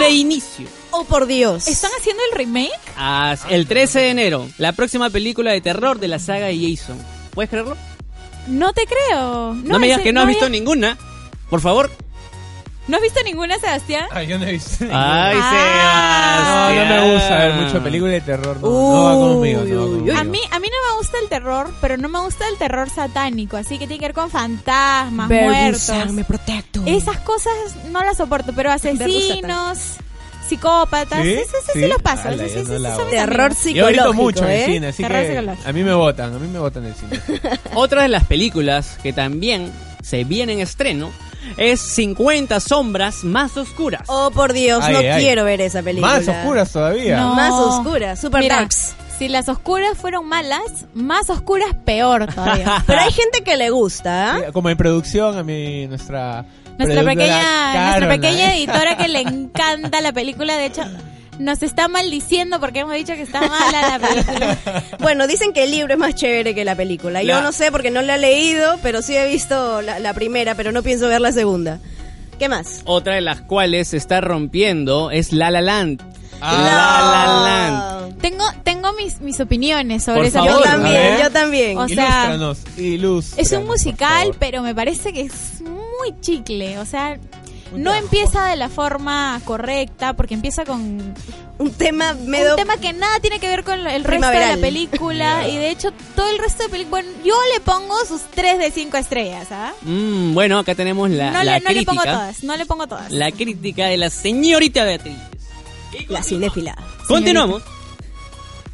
Speaker 3: reinicio.
Speaker 1: Oh, por Dios.
Speaker 4: ¿Están haciendo el remake?
Speaker 3: As- el 13 de enero, la próxima película de terror de la saga de Jason. ¿Puedes creerlo?
Speaker 4: No te creo.
Speaker 3: No, me digas
Speaker 4: ese-
Speaker 3: que no, has visto
Speaker 4: había-
Speaker 3: ninguna. Por favor.
Speaker 4: ¿No has visto ninguna, Sebastián?
Speaker 2: Ay, yo no he visto.
Speaker 3: Ay,
Speaker 4: Ah.
Speaker 2: No, no
Speaker 3: Sebastián.
Speaker 2: me gusta ver mucho película de terror. No, no va conmigo. No va
Speaker 1: Uy, uy,
Speaker 2: conmigo.
Speaker 4: A mí, a mí no me gusta el terror, pero no me gusta el terror satánico, así que tiene que ver con fantasmas, muertos.
Speaker 1: me protecto.
Speaker 4: Esas cosas no las soporto, pero asesinos, psicópatas,
Speaker 2: ¿Sí?
Speaker 4: sí, sí, sí,
Speaker 2: ¿Sí?
Speaker 4: los paso.
Speaker 2: Ala,
Speaker 4: Sí, sí,
Speaker 2: yo
Speaker 4: sí,
Speaker 2: no
Speaker 4: sí,
Speaker 2: la
Speaker 4: son
Speaker 2: hago.
Speaker 4: mis
Speaker 1: Terror
Speaker 4: amigos.
Speaker 2: Yo
Speaker 1: psicológico,
Speaker 2: grito mucho
Speaker 1: ¿eh?
Speaker 2: en cine, así
Speaker 4: Terror
Speaker 2: que
Speaker 4: psicológico.
Speaker 2: a mí me votan, a mí me votan el cine.
Speaker 3: Otra de las películas que también se viene en estreno es 50 sombras más oscuras.
Speaker 1: Oh, por Dios,
Speaker 2: Ay,
Speaker 1: no
Speaker 2: ay.
Speaker 1: quiero ver esa película.
Speaker 2: Más oscuras todavía.
Speaker 4: No.
Speaker 1: Más oscuras, super
Speaker 4: Mira,
Speaker 1: darks.
Speaker 4: si las oscuras fueron malas, más oscuras peor todavía.
Speaker 1: Pero hay gente que le gusta, ¿ah?
Speaker 2: Sí, Eh, Como en producción, a mi nuestra
Speaker 4: Nuestra
Speaker 2: productora
Speaker 4: pequeña,
Speaker 2: Carola.
Speaker 4: nuestra pequeña editora que le encanta la película, de hecho, nos está maldiciendo porque hemos dicho que está mala la película.
Speaker 1: Bueno, dicen que el libro es más chévere que la película. Yo
Speaker 3: La-
Speaker 1: no sé porque no la he leído, pero sí he visto la, la primera, pero no pienso ver la segunda. ¿Qué más?
Speaker 3: Otra de las cuales se está rompiendo es La La Land.
Speaker 4: Ah.
Speaker 3: La La
Speaker 1: Oh.
Speaker 3: Land.
Speaker 4: Tengo, tengo mis, mis opiniones sobre
Speaker 3: Por
Speaker 4: esa
Speaker 3: favor,
Speaker 1: Yo
Speaker 3: Ahora,
Speaker 4: película.
Speaker 1: también,
Speaker 2: ¿eh?
Speaker 1: yo también.
Speaker 4: O sea,
Speaker 2: ilústranos, ilústranos,
Speaker 4: Es un musical,
Speaker 2: por favor.
Speaker 4: pero me parece que es muy chicle. O sea, no empieza de la forma correcta, porque empieza con
Speaker 1: un tema medio...
Speaker 4: un tema que nada tiene que ver con el resto de la
Speaker 1: Primaveral.
Speaker 4: película. Y de hecho, todo el resto de película. Bueno, yo le pongo sus 3 de 5 estrellas, ¿ah?
Speaker 3: Mm, bueno, acá tenemos la,
Speaker 4: no,
Speaker 3: la
Speaker 4: le, no le pongo
Speaker 3: crítica.
Speaker 4: todas, no le pongo todas.
Speaker 3: La crítica de la señorita Beatriz.
Speaker 1: La cinéfila.
Speaker 3: Continuamos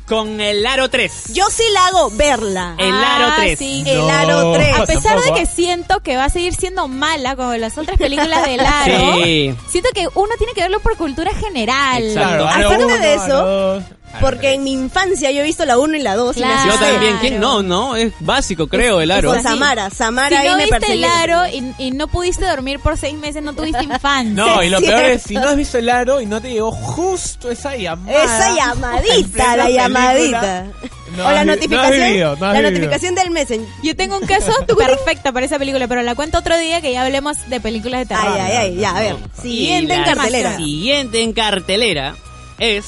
Speaker 3: con El Aro 3.
Speaker 1: Yo sí la hago verla.
Speaker 3: El Aro
Speaker 4: Ah,
Speaker 3: 3.
Speaker 4: sí.
Speaker 1: El aro
Speaker 2: No.
Speaker 1: 3.
Speaker 4: A pesar de
Speaker 2: tampoco,
Speaker 4: que
Speaker 2: ¿ah?
Speaker 4: siento que va a seguir siendo mala como las otras películas del Aro,
Speaker 3: Sí.
Speaker 4: siento que uno tiene que verlo por cultura general.
Speaker 3: Exacto.
Speaker 2: Claro,
Speaker 1: Aparte
Speaker 2: uno,
Speaker 1: de eso,
Speaker 2: dos.
Speaker 1: Porque en mi infancia yo he visto la 1 y la 2 y la
Speaker 4: Claro.
Speaker 3: Yo
Speaker 1: asusté.
Speaker 3: también. ¿Quién? No, no, es básico, creo, el aro.
Speaker 1: Con Samara.
Speaker 4: Si
Speaker 1: Samara ahí
Speaker 4: no
Speaker 1: me
Speaker 4: viste el
Speaker 1: perseguía.
Speaker 4: aro y, y no pudiste dormir por seis meses, no tuviste infancia.
Speaker 2: No, y lo
Speaker 1: Sí, es
Speaker 2: peor es, si no
Speaker 1: cierto.
Speaker 2: has visto el aro y no te llegó justo esa llamada.
Speaker 4: Ah.
Speaker 1: Esa
Speaker 2: en plena
Speaker 1: llamadita, la
Speaker 2: película,
Speaker 1: llamadita.
Speaker 2: no
Speaker 1: o
Speaker 2: has
Speaker 1: la
Speaker 2: vi- no has
Speaker 1: notificación.
Speaker 2: vivido, no has
Speaker 1: la
Speaker 2: vivido.
Speaker 1: notificación del Messenger.
Speaker 4: Yo tengo un caso perfecto para esa película, pero la cuento otro día que ya hablemos de películas de
Speaker 2: Ah,
Speaker 4: terror.
Speaker 1: Ay, ay, ay, ya, a ver. Siguiente en
Speaker 3: la
Speaker 1: cartelera.
Speaker 3: Siguiente en cartelera es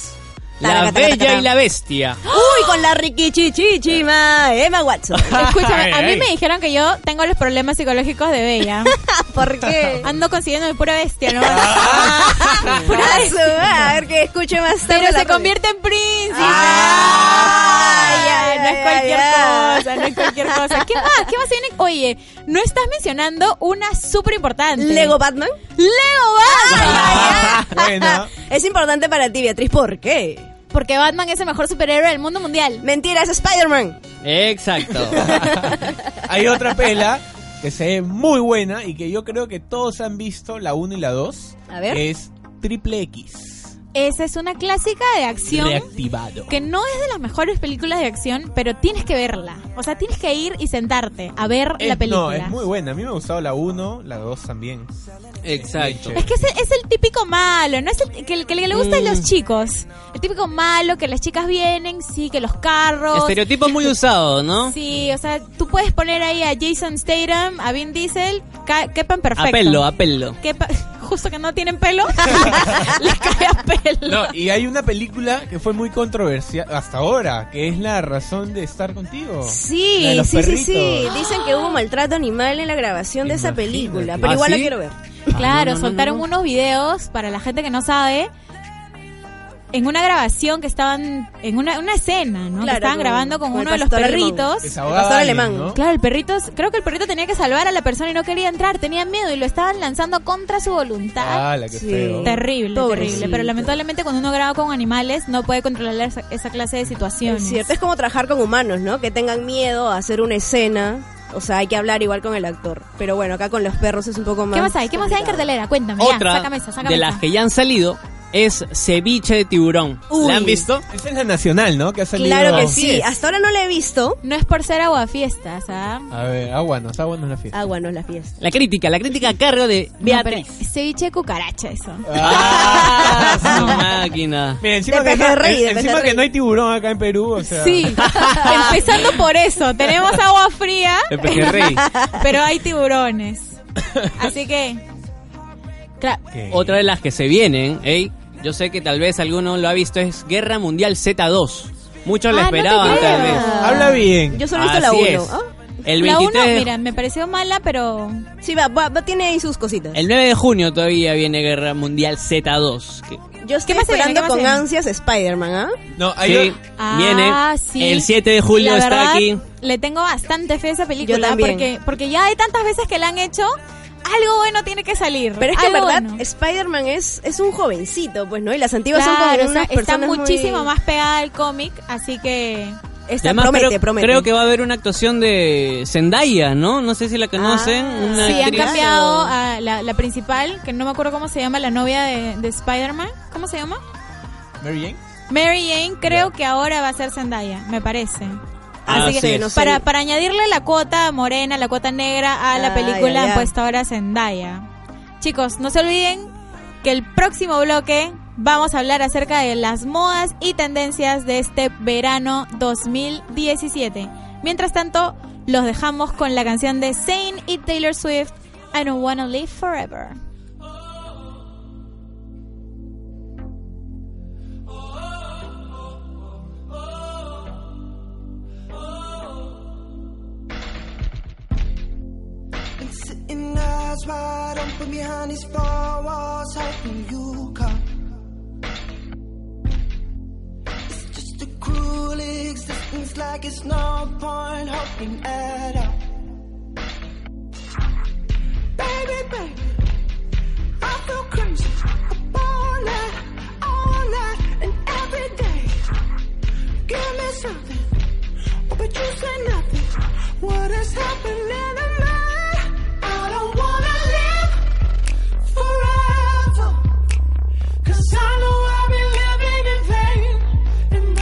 Speaker 3: La
Speaker 1: Taraca, taraca,
Speaker 3: Bella
Speaker 1: taraca.
Speaker 3: y la Bestia.
Speaker 1: Uy, con la
Speaker 4: Ah.
Speaker 1: riquichichichima Emma Watson.
Speaker 4: Escúchame, a
Speaker 2: Ay,
Speaker 4: mí
Speaker 2: ay.
Speaker 4: me dijeron que yo tengo los problemas psicológicos de Bella.
Speaker 1: ¿Por qué?
Speaker 4: Ando consiguiendo mi pura bestia, ¿no?
Speaker 1: Ah, su- A ver que escuche más tarde.
Speaker 4: Pero
Speaker 1: la
Speaker 4: se
Speaker 1: radio.
Speaker 4: convierte en príncipe.
Speaker 1: Ay, ay,
Speaker 4: no es
Speaker 1: ay,
Speaker 4: cualquier
Speaker 1: ay.
Speaker 4: cosa, no es cualquier cosa. ¿Qué más? ¿Qué más tiene? Oye, no estás mencionando una súper importante.
Speaker 1: Lego Batman.
Speaker 4: Lego Batman.
Speaker 2: Bueno.
Speaker 1: Es importante para ti, Beatriz. ¿Por qué?
Speaker 4: Porque Batman es el mejor superhéroe del mundo mundial.
Speaker 1: Mentira, es Spider-Man.
Speaker 3: Exacto.
Speaker 2: Hay otra pela que se ve muy buena y que yo creo que todos han visto, la 1 y la 2.
Speaker 1: A ver.
Speaker 2: Es Triple X.
Speaker 4: Esa es una clásica de acción.
Speaker 2: Reactivado.
Speaker 4: que no es de las mejores películas de acción, pero tienes que verla. O sea, tienes que ir y sentarte a ver
Speaker 2: Es-
Speaker 4: la película.
Speaker 2: No, es muy buena. A mí me ha gustado la 1, la 2 también.
Speaker 3: Exacto.
Speaker 4: Es que es, es el típico malo, no es el que, que le gusta a
Speaker 2: Mm.
Speaker 4: los chicos. El típico malo, que las chicas vienen, sí, que los carros.
Speaker 3: Estereotipo muy usado, ¿no?
Speaker 4: Sí, o sea, tú puedes poner ahí a Jason Statham, a Vin Diesel, ca- quepan perfecto.
Speaker 3: Apelo, apelo.
Speaker 4: Quepa- justo que no tienen pelo, les cae a pelo.
Speaker 2: No, y hay una película que fue muy controversial hasta ahora, que es La razón de estar contigo. La de
Speaker 1: Sí,
Speaker 2: los
Speaker 1: sí, sí, sí.
Speaker 2: perritos.
Speaker 1: Dicen que hubo maltrato animal en la grabación de esa
Speaker 2: Imagínate.
Speaker 1: película. Pero
Speaker 3: ¿Ah,
Speaker 1: igual la
Speaker 3: sí?
Speaker 1: quiero ver.
Speaker 4: Claro,
Speaker 3: no, no,
Speaker 4: soltaron
Speaker 3: no,
Speaker 4: unos videos para la gente que no sabe. En una grabación que estaban en una, una escena, ¿no? Que
Speaker 1: Claro,
Speaker 4: estaban
Speaker 1: con-
Speaker 4: grabando con,
Speaker 1: con el
Speaker 4: uno de los
Speaker 1: pastor alemán.
Speaker 4: perritos.
Speaker 2: Es
Speaker 1: El pastor alemán.
Speaker 2: ¿no?
Speaker 4: Claro, el perrito, creo que el perrito tenía que salvar a la persona y no quería entrar, tenía miedo y lo estaban lanzando contra su voluntad.
Speaker 2: Ah, la que
Speaker 1: Sí.
Speaker 2: feo.
Speaker 4: terrible, terrible.
Speaker 1: Pobrecito.
Speaker 4: Pero lamentablemente cuando uno graba con animales no puede controlar esa, esa clase de situaciones.
Speaker 1: Es cierto, es como trabajar con humanos, ¿no? Que tengan miedo a hacer una escena. O sea, hay que hablar igual con el actor. Pero bueno, acá con los perros es un poco más.
Speaker 4: ¿Qué más hay? ¿Qué más hay en
Speaker 1: complicado.
Speaker 4: cartelera? Cuéntame, ya,
Speaker 3: Otra
Speaker 4: sácame esa, sácame
Speaker 3: de las
Speaker 4: esa.
Speaker 3: que ya han salido es ceviche de tiburón.
Speaker 1: Uy.
Speaker 3: ¿La han visto?
Speaker 2: Esa es la nacional, ¿no? Que ha salido. Ah.
Speaker 1: Claro que
Speaker 3: Así
Speaker 1: sí.
Speaker 3: es.
Speaker 1: Hasta ahora no la he visto.
Speaker 4: No es por ser aguafiestas, ¿ah?
Speaker 2: A ver, agua, no está buena la fiesta.
Speaker 1: Agua no Ah, es la fiesta.
Speaker 3: La crítica, la crítica a cargo de
Speaker 4: No, pero
Speaker 3: Beatriz.
Speaker 4: ceviche de cucaracha eso.
Speaker 3: Ah, su máquina.
Speaker 2: Mira, encima,
Speaker 1: De
Speaker 2: que, no,
Speaker 1: pejerrey,
Speaker 2: en-
Speaker 1: de
Speaker 2: encima
Speaker 1: pejerrey.
Speaker 2: que no hay tiburón acá en Perú, o sea.
Speaker 4: Sí, empezando por eso. Tenemos agua fría,
Speaker 3: El pejerrey.
Speaker 4: pero hay tiburones. Así que. Claro.
Speaker 2: Ok.
Speaker 3: Otra de las que se vienen, ¿eh? yo sé que tal vez alguno lo ha visto, es Guerra Mundial Z2. Muchos la
Speaker 4: Ah, no te
Speaker 3: esperaban
Speaker 4: creo.
Speaker 3: tal vez.
Speaker 2: Habla bien.
Speaker 1: Yo solo he visto
Speaker 3: Así
Speaker 1: la 1.
Speaker 3: es. El
Speaker 4: Oh. La 1,
Speaker 3: 23 de-
Speaker 4: mira, me pareció mala, pero.
Speaker 1: Sí, va, va- va- tiene ahí sus cositas.
Speaker 3: el 9 de junio todavía viene Guerra Mundial Z2. que-
Speaker 1: Yo estoy
Speaker 4: más se viene?
Speaker 1: esperando
Speaker 4: ¿Qué más
Speaker 1: con
Speaker 4: se viene?
Speaker 1: ansias Spider-Man, ¿ah?
Speaker 2: No, hay
Speaker 3: Sí,
Speaker 4: Ah,
Speaker 3: viene.
Speaker 4: sí.
Speaker 3: El 7 de julio
Speaker 4: La
Speaker 3: está
Speaker 4: verdad,
Speaker 3: aquí.
Speaker 4: Le tengo bastante fe a esa película
Speaker 1: Yo también.
Speaker 4: Porque, porque ya hay tantas veces que la han hecho. Algo bueno tiene que salir.
Speaker 1: Pero es que en
Speaker 4: algo
Speaker 1: verdad
Speaker 4: bueno.
Speaker 1: Spider-Man es, es un jovencito, pues, ¿no? Y las antiguas
Speaker 4: Claro,
Speaker 1: son
Speaker 4: o
Speaker 1: como
Speaker 4: sea,
Speaker 1: unas
Speaker 4: está
Speaker 1: personas muy-
Speaker 4: muchísimo más pegada al cómic, así que.
Speaker 1: Esta
Speaker 3: Además,
Speaker 1: promete,
Speaker 3: creo,
Speaker 1: promete.
Speaker 3: creo que va a haber una actuación de Zendaya, ¿no? No sé si la conocen.
Speaker 1: Ah,
Speaker 3: una
Speaker 4: Sí, han
Speaker 3: actriz.
Speaker 4: cambiado a la, la principal, que no me acuerdo cómo se llama, la novia de, de Spider-Man. ¿Cómo se llama?
Speaker 2: Mary Jane.
Speaker 4: Mary Jane, creo que ahora va a ser Zendaya, me parece.
Speaker 1: Así
Speaker 3: Así
Speaker 1: que
Speaker 3: es.
Speaker 1: no sé.
Speaker 4: Para, para añadirle la cuota morena, la cuota negra a la
Speaker 1: Ah, ya,
Speaker 4: película,
Speaker 1: ya.
Speaker 4: han puesto ahora Zendaya. Chicos, no se olviden que el próximo bloque vamos a hablar acerca de las modas y tendencias de este verano 2017. Mientras tanto, los dejamos con la canción de Zane y Taylor Swift, I Don't Wanna Live Forever.
Speaker 8: Been sitting eyes wide open behind these four walls, hoping you come. It's just a cruel existence, like it's no point hoping at all. Baby, baby, I feel crazy up all night, all night, and every day. Give me something. Oh, but you said nothing. What has happened in the night? I don't wanna live forever. Cause I know I've been living in vain. And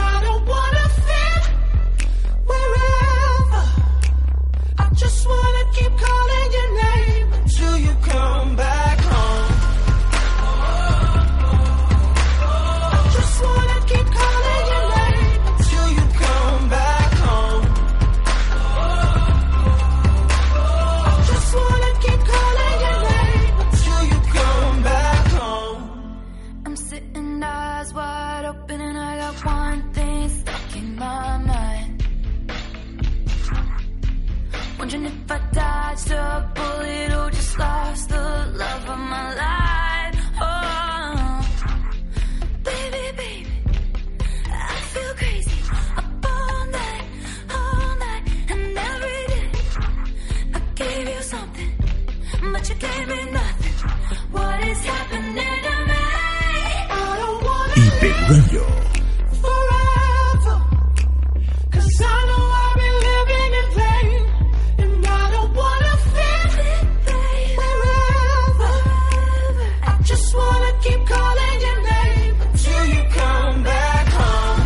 Speaker 8: keep calling your name until you come back home. I just wanna keep calling your name until you come back home. I just wanna keep calling your name until you come back home.
Speaker 6: I'm sitting eyes wide open and I got one thing stuck in my mind. Wondering if I dodged a bullet or just lost the love of my life. Oh, baby, baby, I feel crazy. Up all night, all night, and every day. I gave you something, but you gave me nothing. What is happening to me?
Speaker 8: I don't wanna
Speaker 9: Iberuayo.
Speaker 8: forever. Cause I know I've been living in pain. And I don't wanna feel it forever. I just wanna keep calling your name until you come back home.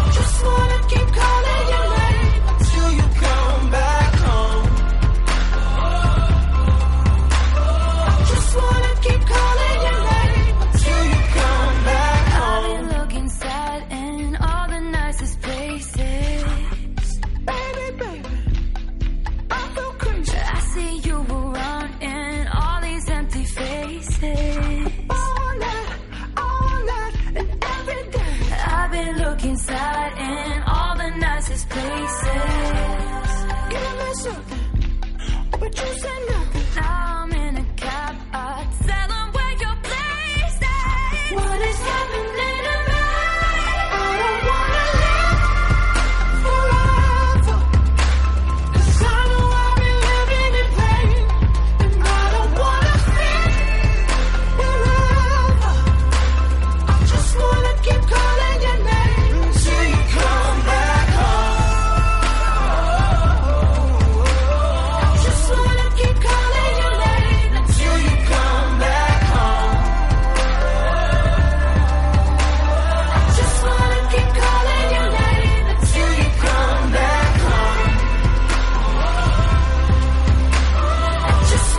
Speaker 8: I just wanna keep calling your name until you come back home. I just wanna keep calling your name until you come back
Speaker 6: I've
Speaker 8: home.
Speaker 6: been looking sad in all the nicest places.
Speaker 8: Baby, baby, I feel crazy.
Speaker 6: I see you around in all these empty faces.
Speaker 8: All night, all night, and every day.
Speaker 6: I've been looking sad in all the nicest places.
Speaker 8: Give me something, but you said nothing.
Speaker 6: Now I'm in a cab, I tell 'em where your place is. What is happening to me?
Speaker 8: I don't wanna live forever. 'Cause I know I've been living in pain, and I don't wanna feel forever. I just wanna keep calling your name until you come back home. I just wanna keep calling your name until you come back home. Just wanna keep calling your name until you come back home. I just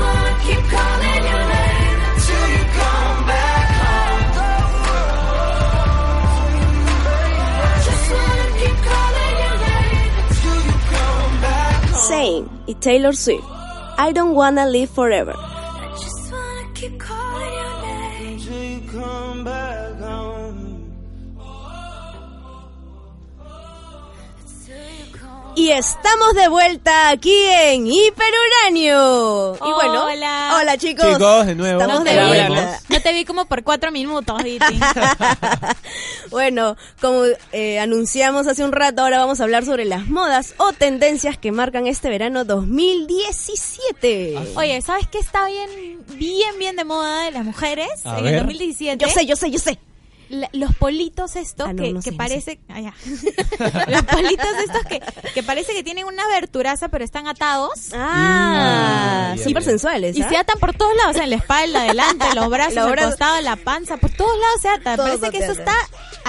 Speaker 8: wanna keep calling your name until you come back home. I just wanna keep calling your name until you come back home.
Speaker 1: Zayn y Taylor Swift. I don't wanna live forever.
Speaker 6: I just wanna keep calling your name.
Speaker 8: Until you come back home.
Speaker 6: Till you come
Speaker 1: Y estamos de vuelta aquí en Hiperuranio. Y bueno,
Speaker 4: Hola.
Speaker 1: hola chicos.
Speaker 2: Chicos, de nuevo.
Speaker 1: Estamos de
Speaker 4: Hola,
Speaker 1: vuelta.
Speaker 2: hola.
Speaker 4: No te vi como por cuatro minutos, Diti.
Speaker 1: bueno, como eh, anunciamos hace un rato, ahora vamos a hablar sobre las modas o tendencias que marcan este verano 2017.
Speaker 4: Oye, ¿sabes qué está bien, bien, bien de moda de las mujeres
Speaker 2: A
Speaker 4: en
Speaker 2: ver.
Speaker 4: el 2017?
Speaker 1: Yo sé, yo sé, yo sé.
Speaker 4: la- los politos estos
Speaker 1: Ah, no,
Speaker 4: que,
Speaker 1: no sé,
Speaker 4: que
Speaker 1: no
Speaker 4: parece Ah, ya. los politos estos que, que parece que tienen una aberturaza pero están atados
Speaker 1: Ah,
Speaker 2: Ah, ya,
Speaker 1: súper
Speaker 2: ya.
Speaker 1: sensuales.
Speaker 4: y
Speaker 1: ¿ah?
Speaker 4: se atan por todos lados, o sea, en la espalda, adelante, los brazos,
Speaker 1: Los
Speaker 4: al
Speaker 1: brazos.
Speaker 4: costado, la panza, por todos lados se atan.
Speaker 1: Todo
Speaker 4: parece que
Speaker 1: te
Speaker 4: eso
Speaker 1: atan.
Speaker 4: está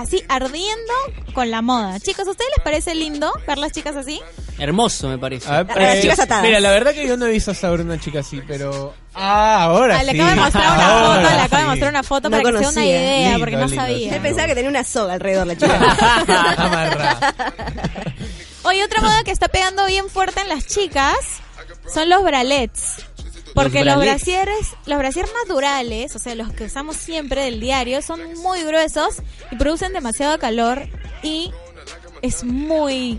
Speaker 4: así ardiendo con la moda. Chicos, ¿a ustedes les parece lindo ver las chicas así?
Speaker 3: Hermoso, me parece.
Speaker 4: Ah,
Speaker 2: A ver,
Speaker 1: Las chicas atadas.
Speaker 2: Ah, pues, Mira, la verdad que yo no he visto hasta ahora una chica así, pero. Ah, ahora
Speaker 4: Ah, le
Speaker 2: sí.
Speaker 4: acabo de mostrar una
Speaker 2: Ahora
Speaker 4: foto, le acabo de
Speaker 2: sí.
Speaker 4: mostrar una foto
Speaker 1: No
Speaker 4: para que se
Speaker 1: conocía.
Speaker 4: dé una idea,
Speaker 2: Lindo,
Speaker 4: porque no
Speaker 2: lindo,
Speaker 4: sabía.
Speaker 2: sí.
Speaker 1: Él pensaba que tenía una soga alrededor la chica.
Speaker 2: Amarra.
Speaker 4: Oye, otra moda que está pegando bien fuerte en las chicas son los bralets. Porque los,
Speaker 3: Los bralets.
Speaker 4: brasieres, los brasieres naturales, o sea, los que usamos siempre del diario, son muy gruesos y producen demasiado calor y es muy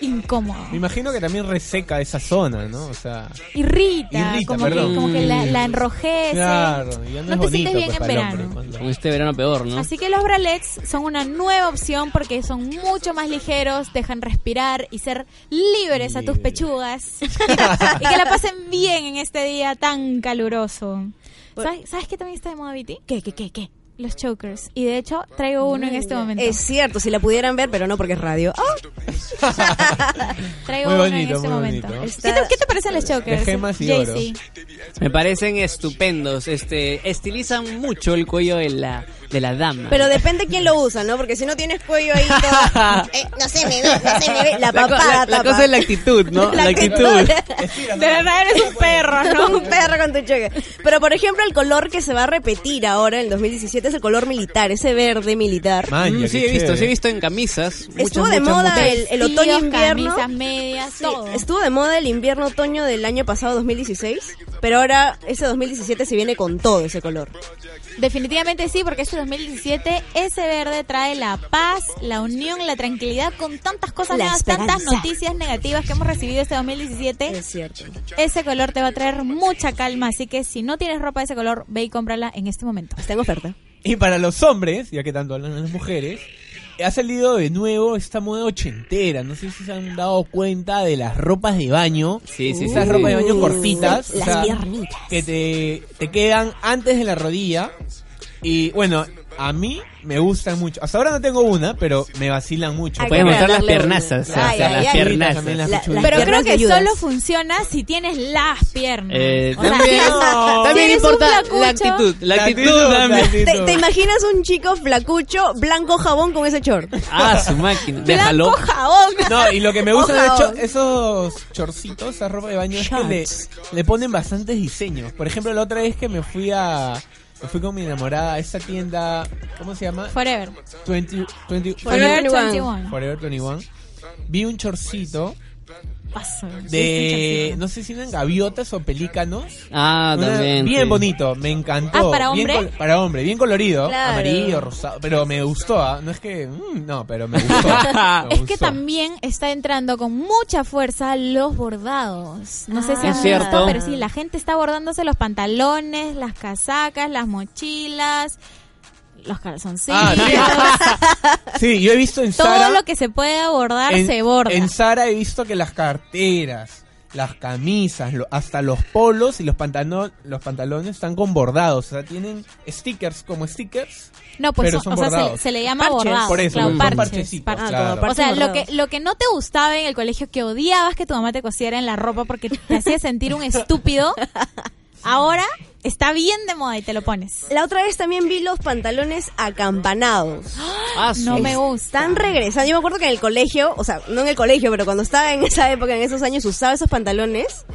Speaker 4: incómodo.
Speaker 2: Me imagino que también reseca esa zona, ¿no? O sea.
Speaker 4: Irrita,
Speaker 2: Irrita,
Speaker 4: como, que,
Speaker 2: perdón.
Speaker 4: como que la, la enrojece.
Speaker 2: Claro, ya no, es
Speaker 4: no te
Speaker 2: bonito
Speaker 4: sientes bien
Speaker 2: pues,
Speaker 4: en
Speaker 2: para el hombre,
Speaker 4: verano.
Speaker 2: cuando-
Speaker 3: Con este verano peor,
Speaker 1: Ah,
Speaker 3: ¿no?
Speaker 4: Así que los bralets son una nueva opción porque son mucho más ligeros, dejan respirar y ser libres a tus
Speaker 2: Libre.
Speaker 4: pechugas. y que la pasen bien en este día tan caluroso. ¿Sabes, sabes qué también está de moda, Viti? ¿Qué, qué, qué, qué? los chokers. Y de hecho, traigo uno en este momento.
Speaker 1: Es cierto, si la pudieran ver, pero no porque es radio. ¡Oh!
Speaker 4: Traigo
Speaker 2: Muy
Speaker 4: uno en
Speaker 2: bonito,
Speaker 4: este
Speaker 2: muy
Speaker 4: momento.
Speaker 2: bonito.
Speaker 4: ¿Qué te, qué te parecen los chokers?
Speaker 2: De gemas y
Speaker 4: Jay-Z?
Speaker 2: oros.
Speaker 3: Me parecen estupendos. Este, estilizan mucho el cuello de la, de la dama.
Speaker 1: Pero depende quién lo usa, ¿no? Porque si no tienes cuello ahí todo... Eh, no se me ve, no se me ve. La
Speaker 3: co-
Speaker 1: papada
Speaker 3: la- la
Speaker 1: tapa.
Speaker 3: cosa es la actitud, ¿no? La actitud.
Speaker 4: De verdad eres un perro, ¿no?
Speaker 1: Un perro con tu choque. Pero por ejemplo, el color que se va a repetir ahora en 2017 es el color militar, ese verde militar.
Speaker 2: Maña,
Speaker 3: Mm,
Speaker 2: qué
Speaker 3: sí, he visto,
Speaker 2: chévere.
Speaker 3: sí, he visto en camisas.
Speaker 1: Estuvo
Speaker 3: muchas,
Speaker 1: de
Speaker 3: muchas,
Speaker 1: moda
Speaker 3: muchas.
Speaker 1: el, el otoño
Speaker 4: Vestidos,
Speaker 1: invierno.
Speaker 4: Camisas, medias, todo.
Speaker 1: Estuvo de moda el invierno otoño del año pasado 2016, pero ahora ese 2017 se viene con todo ese color.
Speaker 4: Definitivamente sí, porque este 2017 ese verde trae la paz, la unión, la tranquilidad con tantas cosas
Speaker 1: La
Speaker 4: nuevas, tantas
Speaker 1: esperanza.
Speaker 4: noticias negativas que hemos recibido este 2017.
Speaker 1: Es cierto.
Speaker 4: Ese color te va a traer mucha calma, así que si no tienes ropa de ese color, ve y cómprala en este momento.
Speaker 1: Está en oferta.
Speaker 2: Y para los hombres, ya que tanto hablan las mujeres, ha salido de nuevo esta moda ochentera. No sé si se han dado cuenta de las ropas de baño.
Speaker 3: Sí, sí, sí.
Speaker 2: Esas
Speaker 3: sí.
Speaker 2: ropas de baño cortitas.
Speaker 1: Las
Speaker 2: o sea,
Speaker 1: piernitas.
Speaker 2: Que te, te quedan antes de la rodilla. Y bueno, a mí me gustan mucho. Hasta ahora no tengo una, pero me vacilan mucho.
Speaker 1: Ay,
Speaker 3: Puedes
Speaker 1: Hay que
Speaker 3: mostrar las
Speaker 1: regalarle
Speaker 3: piernazas.
Speaker 1: una.
Speaker 3: o sea,
Speaker 1: Ay, ay,
Speaker 3: las
Speaker 1: ay.
Speaker 3: piernazas.
Speaker 2: También las
Speaker 1: La-
Speaker 2: pichulitas.
Speaker 1: la-
Speaker 4: Pero creo
Speaker 1: piernas
Speaker 4: que
Speaker 1: ayudan.
Speaker 4: solo funciona si tienes las piernas.
Speaker 3: Eh,
Speaker 4: O sea,
Speaker 3: también
Speaker 2: no.
Speaker 3: también
Speaker 4: si eres un
Speaker 3: importa la
Speaker 4: flacucho,
Speaker 3: actitud. La
Speaker 2: La
Speaker 3: actitud
Speaker 2: actitud,
Speaker 3: también.
Speaker 2: la-
Speaker 1: ¿Te, te imaginas un chico flacucho, blanco jabón con ese short?
Speaker 3: Ah, su máquina.
Speaker 4: Blanco
Speaker 3: Déjalo.
Speaker 4: jabón.
Speaker 2: No, y lo que me gusta de hecho,
Speaker 1: Ojaos.
Speaker 2: esos chorcitos, esa ropa de baño, es que le,
Speaker 1: Shorts.
Speaker 2: le ponen bastantes diseños. Por ejemplo, la otra vez que me fui a. Me fui con mi enamorada a esa tienda. ¿Cómo se llama?
Speaker 4: Forever.
Speaker 2: 20, 20
Speaker 4: Forever
Speaker 1: 21.
Speaker 4: 21.
Speaker 2: Forever 21. Vi un chorcito
Speaker 4: Paso.
Speaker 2: de. No sé si eran gaviotas o pelícanos.
Speaker 3: Ah,
Speaker 2: Una-
Speaker 3: también.
Speaker 2: bien
Speaker 3: sí.
Speaker 2: bonito, me encantó.
Speaker 4: Ah, ¿para
Speaker 2: Bien
Speaker 4: hombre?
Speaker 2: col- para hombre, bien colorido.
Speaker 1: Claro.
Speaker 2: Amarillo, rosado. Pero me gustó, ¿ah? No es que. mm, no, pero me gustó. me
Speaker 4: Es que
Speaker 2: gustó.
Speaker 4: también está entrando con mucha fuerza los bordados. No sé si
Speaker 3: Ah.
Speaker 4: han visto,
Speaker 3: Es cierto.
Speaker 4: pero sí, la gente está bordándose los pantalones, las casacas, las mochilas, los calzoncillos.
Speaker 2: Ah, sí. sí, yo he visto en
Speaker 4: Todo
Speaker 2: Zara.
Speaker 4: lo que se puede bordar
Speaker 2: en,
Speaker 4: se borda.
Speaker 2: en Zara he visto que las carteras, las camisas, lo- hasta los polos y los, pantano- los pantalones están con bordados. O sea, tienen stickers como stickers.
Speaker 4: no, pues
Speaker 2: pero
Speaker 4: so-
Speaker 2: son
Speaker 4: o sea, se,
Speaker 2: bordados.
Speaker 4: se le llama
Speaker 1: Parches.
Speaker 4: bordado.
Speaker 2: Por eso,
Speaker 4: claro,
Speaker 2: son
Speaker 4: parches, Ah,
Speaker 2: parchecitos,
Speaker 4: parches.
Speaker 2: claro.
Speaker 1: como
Speaker 4: O sea,
Speaker 1: parches
Speaker 4: lo que,
Speaker 1: bordados.
Speaker 4: lo que no te gustaba en el colegio, que odiabas que tu mamá te cosiera en la ropa porque te hacía sentir un estúpido, ahora está bien de moda y te lo pones.
Speaker 1: La otra vez también vi los pantalones acampanados.
Speaker 3: Ah, su-
Speaker 4: No me gusta.
Speaker 1: Están regresando. Yo me acuerdo que en el colegio, o sea, no en el colegio, pero cuando estaba en esa época, en esos años, usaba esos pantalones.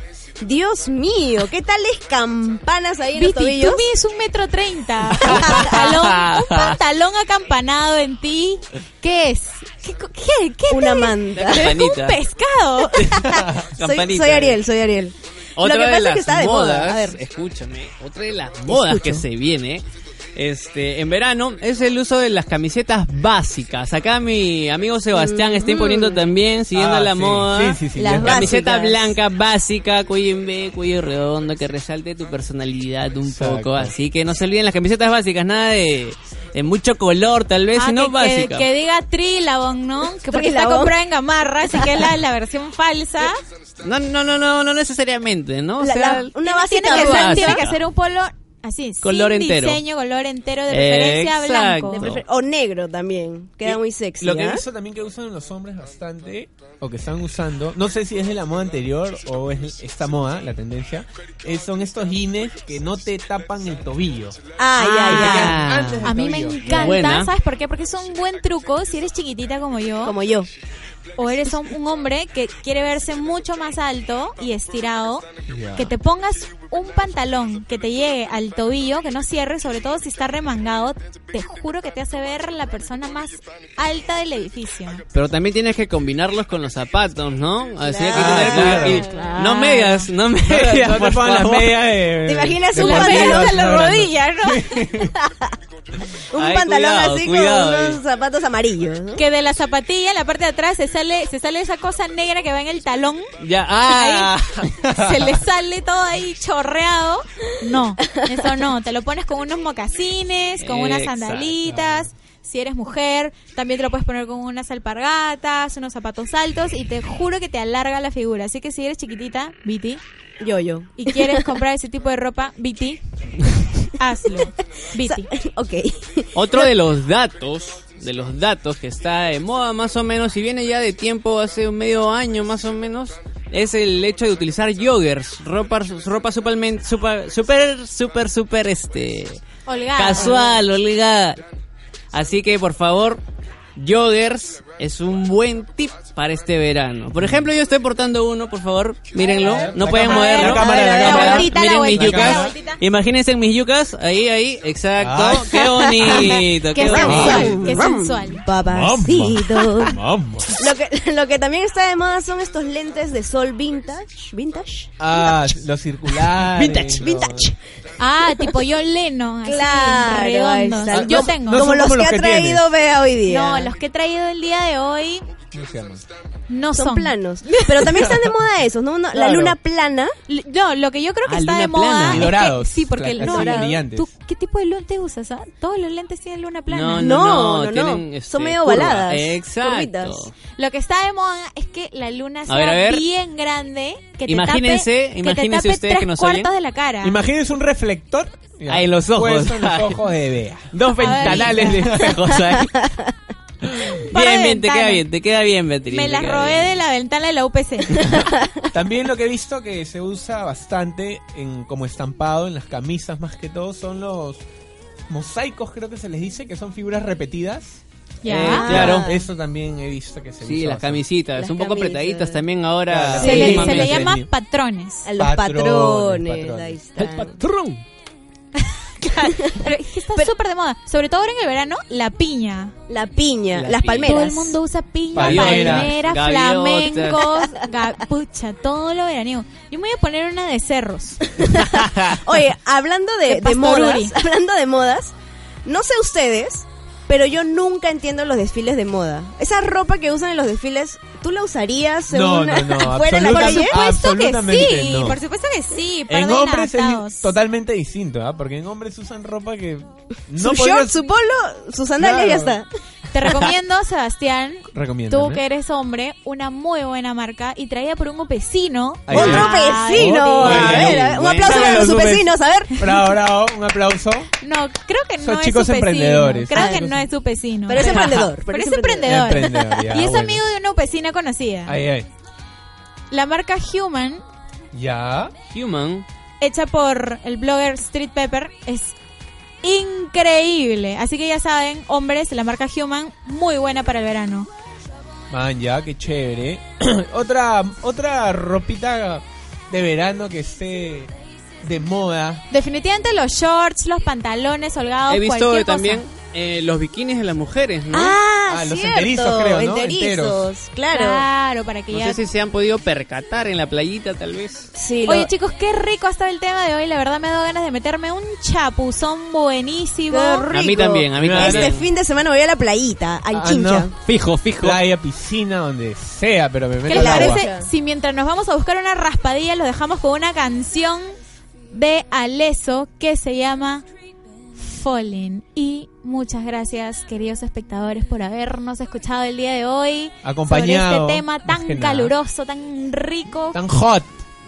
Speaker 1: Dios mío, ¿qué tales campanas ahí en los
Speaker 4: Viti, tú
Speaker 1: tobillos?
Speaker 4: mides un metro treinta. Un pantalón, un pantalón acampanado en ti. ¿Qué es? ¿Qué? co- ¿Qué? qué
Speaker 1: Una
Speaker 4: te-
Speaker 1: manta.
Speaker 4: te ves como
Speaker 3: Campanita.
Speaker 4: un pescado.
Speaker 1: Soy,
Speaker 3: Campanita.
Speaker 1: soy Ariel, soy Ariel.
Speaker 3: Otra
Speaker 1: Lo que
Speaker 3: de
Speaker 1: pasa es
Speaker 3: las
Speaker 1: que está de
Speaker 3: modas,
Speaker 1: moda. A ver.
Speaker 3: escúchame, otra de las modas que se viene este en verano es el uso de las camisetas básicas. Acá mi amigo Sebastián está
Speaker 1: Mm.
Speaker 3: imponiendo también siguiendo
Speaker 2: Ah,
Speaker 3: la
Speaker 2: sí,
Speaker 3: moda.
Speaker 2: Sí, sí, sí.
Speaker 1: Las
Speaker 2: ya-
Speaker 1: básicas.
Speaker 3: Camiseta blanca básica, cuello en B, cuello redondo, que resalte tu personalidad un
Speaker 2: Exacto.
Speaker 3: poco. Así que no se olviden las camisetas básicas, nada de, de mucho color tal vez,
Speaker 4: Ah,
Speaker 3: sino
Speaker 4: que, que-
Speaker 3: básica.
Speaker 4: que diga Trilabón, ¿no? Que porque está
Speaker 1: Trilabón.
Speaker 4: comprada en Gamarra, así que es la, la versión falsa.
Speaker 3: No, no, no, no, no necesariamente, ¿no? O
Speaker 1: La- la-
Speaker 3: sea,
Speaker 1: una
Speaker 4: Tiene
Speaker 1: básica
Speaker 4: que,
Speaker 3: básica.
Speaker 4: ser, tiene que ser un polo así,
Speaker 3: Color
Speaker 4: sin
Speaker 3: entero.
Speaker 4: diseño, color entero, de preferencia
Speaker 3: Exacto.
Speaker 4: blanco.
Speaker 3: De prefer-
Speaker 1: O negro también. Queda muy sexy.
Speaker 2: Lo que
Speaker 1: ¿ah?
Speaker 2: he visto también que usan los hombres bastante, o que están usando, no sé si es de la moda anterior o es esta moda, la tendencia, eh, son estos jeans que no te tapan el tobillo.
Speaker 1: Ay, ay, ay.
Speaker 3: Ah.
Speaker 2: Antes del
Speaker 4: A mí me
Speaker 2: tobillo.
Speaker 4: encanta,
Speaker 3: Buena.
Speaker 4: ¿sabes por qué? Porque es un buen truco si eres chiquitita como yo.
Speaker 1: Como yo.
Speaker 4: o eres un, un hombre que quiere verse mucho más alto y estirado, que te pongas un pantalón que te llegue al tobillo, que no cierre, sobre todo si está remangado, te juro que te hace ver la persona más alta del edificio.
Speaker 3: Pero también tienes que combinarlos con los zapatos, ¿no? Así
Speaker 2: Ah, Claro.
Speaker 3: hay que tener que-
Speaker 1: Claro.
Speaker 3: No megas, no
Speaker 2: No te
Speaker 3: medias, por
Speaker 2: pongan las
Speaker 3: favor.
Speaker 2: medias de-
Speaker 1: ¿Te imaginas
Speaker 2: de
Speaker 1: un
Speaker 2: cualquier
Speaker 1: pantalón
Speaker 2: otra
Speaker 1: de
Speaker 4: Las
Speaker 2: brand?
Speaker 4: rodillas, ¿no?
Speaker 1: Un
Speaker 3: Ay,
Speaker 1: pantalón
Speaker 3: cuidado,
Speaker 1: así
Speaker 3: cuidado,
Speaker 1: con
Speaker 3: eh.
Speaker 1: unos zapatos amarillos. ¿no?
Speaker 4: Que de la zapatilla, en la parte de atrás, se sale, se sale esa cosa negra que va en el talón.
Speaker 3: Ya, ah.
Speaker 4: se le sale todo ahí chorreado. No, eso no. Te lo pones con unos mocasines, con unas
Speaker 3: Exacto.
Speaker 4: sandalitas. Si eres mujer, también te lo puedes poner con unas alpargatas, unos zapatos altos y te juro que te alarga la figura. Así que si eres chiquitita, Viti,
Speaker 1: Yo, yo.
Speaker 4: y quieres comprar ese tipo de ropa, Viti, Hazlo. Viti.
Speaker 1: ok.
Speaker 3: Otro de los datos, de los datos que está de moda más o menos, y viene ya de tiempo, hace un medio año más o menos, es el hecho de utilizar joggers, ropa, ropa supermen- super, super, super, super, este,
Speaker 4: Olga.
Speaker 3: casual, obligada. Así que por favor, joggers es un buen tip para este verano. Por ejemplo, yo estoy portando uno, por favor, mírenlo, no
Speaker 2: La
Speaker 3: pueden
Speaker 2: cámara,
Speaker 3: moverlo.
Speaker 2: la cámara, la
Speaker 3: Miren-
Speaker 2: cámara.
Speaker 4: vueltita, la
Speaker 3: Miren mis
Speaker 4: vueltita,
Speaker 2: la
Speaker 3: yucas.
Speaker 4: vueltita.
Speaker 3: Imagínense mis yucas, ahí, ahí, exacto.
Speaker 2: Ay.
Speaker 3: Qué bonito,
Speaker 4: Qué
Speaker 3: qué bonito.
Speaker 4: sensual. Qué sensual.
Speaker 1: Papacito.
Speaker 2: Vamos.
Speaker 1: Lo que, lo que también está de moda son estos lentes de sol vintage. ¿Vintage?
Speaker 2: Ah, los circulares.
Speaker 1: Vintage,
Speaker 2: los-
Speaker 1: vintage.
Speaker 4: Ah, tipo John Lennon. así,
Speaker 1: Claro, ahí
Speaker 4: Ah, redondos.
Speaker 1: está.
Speaker 4: Yo
Speaker 1: Como-
Speaker 4: tengo.
Speaker 2: no
Speaker 1: como
Speaker 2: son
Speaker 1: los
Speaker 2: como
Speaker 1: que
Speaker 2: los
Speaker 1: ha
Speaker 2: que
Speaker 1: traído Bea hoy día.
Speaker 4: No, los que he traído el día de hoy
Speaker 2: ¿Cómo se llaman?
Speaker 4: no son.
Speaker 1: son planos. Pero también están de moda esos, ¿no? Uno- La
Speaker 2: Claro.
Speaker 1: luna plana.
Speaker 4: L- No, lo que yo creo que
Speaker 3: Ah,
Speaker 4: está de
Speaker 3: luna
Speaker 4: moda.
Speaker 3: plana.
Speaker 4: es
Speaker 2: Y
Speaker 4: que-
Speaker 2: dorados.
Speaker 4: sí, porque el
Speaker 2: Así,
Speaker 4: dorado.
Speaker 2: brillantes.
Speaker 4: ¿Tú qué tipo de lentes usas? ah? Todos los lentes tienen luna plana.
Speaker 1: No,
Speaker 3: No, no, no,
Speaker 1: no,
Speaker 3: tienen,
Speaker 1: no.
Speaker 3: este,
Speaker 1: Son medio
Speaker 3: curva.
Speaker 1: ovaladas,
Speaker 3: Exacto.
Speaker 1: curvitas.
Speaker 4: Lo que está de moda es que la luna sea
Speaker 3: ver, a ver.
Speaker 4: bien grande, que te
Speaker 3: Imagínense,
Speaker 4: tape, que te
Speaker 3: imagínense
Speaker 4: tape
Speaker 3: ustedes
Speaker 4: tres
Speaker 3: que nos
Speaker 4: cuartos
Speaker 3: oyen.
Speaker 4: de la cara.
Speaker 2: Imagínense un reflector. ya,
Speaker 3: Ahí, los ojos.
Speaker 2: puesto en los ojos de Bea.
Speaker 3: Dos
Speaker 4: ver,
Speaker 3: ventanales de espejos ahí.
Speaker 4: Par de
Speaker 3: Bien, bien, te queda
Speaker 4: ventanas.
Speaker 3: bien, te queda bien, Beatriz.
Speaker 4: Me
Speaker 3: te
Speaker 4: las
Speaker 3: queda
Speaker 4: robé
Speaker 3: bien.
Speaker 4: de la ventana de la UPC.
Speaker 3: Eh,
Speaker 2: También lo que he visto que se usa bastante en, como estampado en las camisas más que todo son los mosaicos, creo que se les dice, que son figuras repetidas.
Speaker 1: Ah.
Speaker 4: ya.
Speaker 3: Eh, claro.
Speaker 2: Eso también he visto que se
Speaker 3: Sí,
Speaker 2: usa
Speaker 3: las
Speaker 2: bastante.
Speaker 3: camisitas,
Speaker 1: Las
Speaker 3: un poco
Speaker 1: camisas.
Speaker 3: apretaditas también ahora.
Speaker 2: Claro.
Speaker 4: se, le,
Speaker 2: Sí,
Speaker 4: se le
Speaker 2: mami,
Speaker 4: llama
Speaker 2: sí.
Speaker 4: patrones.
Speaker 1: A los patrones.
Speaker 2: Patrones,
Speaker 1: Ahí
Speaker 2: patrones.
Speaker 1: están.
Speaker 3: patrón.
Speaker 4: Pero es que está súper de moda. Sobre todo ahora en el verano, la piña.
Speaker 1: La piña,
Speaker 3: La
Speaker 1: las
Speaker 3: piña.
Speaker 1: palmeras.
Speaker 4: Todo el mundo usa piña,
Speaker 2: Palmeras,
Speaker 4: palmeras,
Speaker 3: gaviotas.
Speaker 4: flamencos, ga- pucha, todo lo veraniego. Yo me voy a poner una de cerros.
Speaker 1: Oye, hablando de,
Speaker 4: De
Speaker 1: de modas,
Speaker 4: pastoruri.
Speaker 1: hablando de modas, no sé ustedes, pero yo nunca entiendo los desfiles de moda. Esa ropa que usan en los desfiles, ¿tú la usarías en
Speaker 2: No,
Speaker 1: una-
Speaker 2: no, no,
Speaker 1: fuera en la
Speaker 2: absoluta-
Speaker 1: calle?
Speaker 2: por supuesto que Absolutamente
Speaker 4: sí,
Speaker 2: no.
Speaker 4: por supuesto que sí. par
Speaker 2: En
Speaker 4: de
Speaker 2: hombres es
Speaker 4: inadaptados.
Speaker 2: totalmente distinto, ¿ah? porque en hombres usan ropa que no
Speaker 1: su
Speaker 2: podrías-
Speaker 1: short, su polo, sus sandalias y ya
Speaker 2: Claro.
Speaker 1: está.
Speaker 4: Te recomiendo, Sebastián,
Speaker 2: Recomiéndame.
Speaker 4: tú que eres hombre, una muy buena marca y traída por un vecino.
Speaker 2: Ahí
Speaker 1: Otro
Speaker 2: está.
Speaker 1: vecino.
Speaker 2: Muy
Speaker 1: a,
Speaker 2: bien,
Speaker 1: ver, a ver, un
Speaker 2: muy bien.
Speaker 1: aplauso para
Speaker 2: Para
Speaker 1: sus
Speaker 2: los
Speaker 1: vecinos, a ver.
Speaker 2: Bravo, bravo, un aplauso.
Speaker 4: No, creo que
Speaker 2: Son
Speaker 4: no
Speaker 2: chicos
Speaker 4: es su vecino.
Speaker 2: emprendedores.
Speaker 4: Creo
Speaker 2: Ah,
Speaker 4: que
Speaker 2: chicos-
Speaker 4: no es su vecino.
Speaker 1: Pero es emprendedor.
Speaker 4: Pero es emprendedor.
Speaker 2: Emprendedor, ya,
Speaker 4: y es
Speaker 2: bueno.
Speaker 4: amigo de una vecina conocida.
Speaker 2: Ahí, ahí.
Speaker 4: La marca Human,
Speaker 2: Ya.
Speaker 3: Human.
Speaker 4: hecha por el blogger Street Pepper, es increíble. Así que ya saben, hombres, la marca Human, muy buena para el verano.
Speaker 2: Man, ya, qué chévere. otra, otra ropita de verano que esté de moda.
Speaker 4: Definitivamente los shorts, los pantalones holgados,
Speaker 3: He visto
Speaker 4: Oh, cualquier cosa.
Speaker 3: también eh, los bikinis de las mujeres, ¿no?
Speaker 1: Ah,
Speaker 2: Ah, los
Speaker 1: cierto,
Speaker 2: enterizos, creo, ¿no?
Speaker 1: enterizos,
Speaker 2: Enteros.
Speaker 1: claro.
Speaker 4: Claro, para que
Speaker 3: no
Speaker 4: ya...
Speaker 3: sé si se han podido percatar en la playita, tal vez.
Speaker 1: Sí, lo-
Speaker 4: Oye chicos, qué rico ha estado el tema de hoy. La verdad me ha dado ganas de meterme un chapuzón buenísimo.
Speaker 1: Qué
Speaker 3: A mí
Speaker 1: Rico.
Speaker 3: también, a mí
Speaker 2: Este
Speaker 3: también.
Speaker 1: Este fin de semana voy a la playita, al
Speaker 2: Ah,
Speaker 1: chincha.
Speaker 2: no.
Speaker 3: Fijo, fijo.
Speaker 2: Playa, piscina, donde sea, pero me
Speaker 4: ¿Qué
Speaker 2: meto
Speaker 4: les
Speaker 2: al agua.
Speaker 4: parece si mientras nos vamos a buscar una raspadilla los dejamos con una canción de Aleso que se llama Fallen? Y muchas gracias, queridos espectadores, por habernos escuchado el día de hoy.
Speaker 2: Acompañado,
Speaker 4: Sobre este tema
Speaker 2: más que
Speaker 4: tan
Speaker 2: nada.
Speaker 4: caluroso, tan rico.
Speaker 2: Tan hot.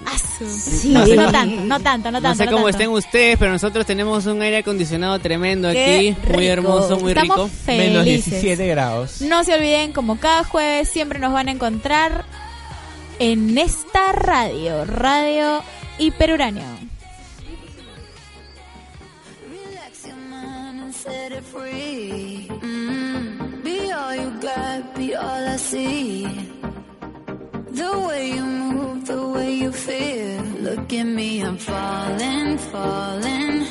Speaker 4: Asu.
Speaker 1: Sí.
Speaker 4: No, sé, no tanto, no tanto, no tanto.
Speaker 3: No sé
Speaker 4: no
Speaker 3: cómo
Speaker 4: tanto.
Speaker 3: estén ustedes, pero nosotros tenemos un aire acondicionado tremendo
Speaker 1: Qué
Speaker 3: aquí. Muy
Speaker 1: rico.
Speaker 3: hermoso, muy
Speaker 4: Estamos
Speaker 3: rico.
Speaker 2: Menos
Speaker 4: felices.
Speaker 2: 17 grados.
Speaker 4: No se olviden, como cada jueves, siempre nos van a encontrar en esta radio, Radio Hiperuráneo.
Speaker 6: Relax your mind and set it free. Mm. Be all you got, be all I see. The way you move, the way you feel. Look at me, I'm falling, falling.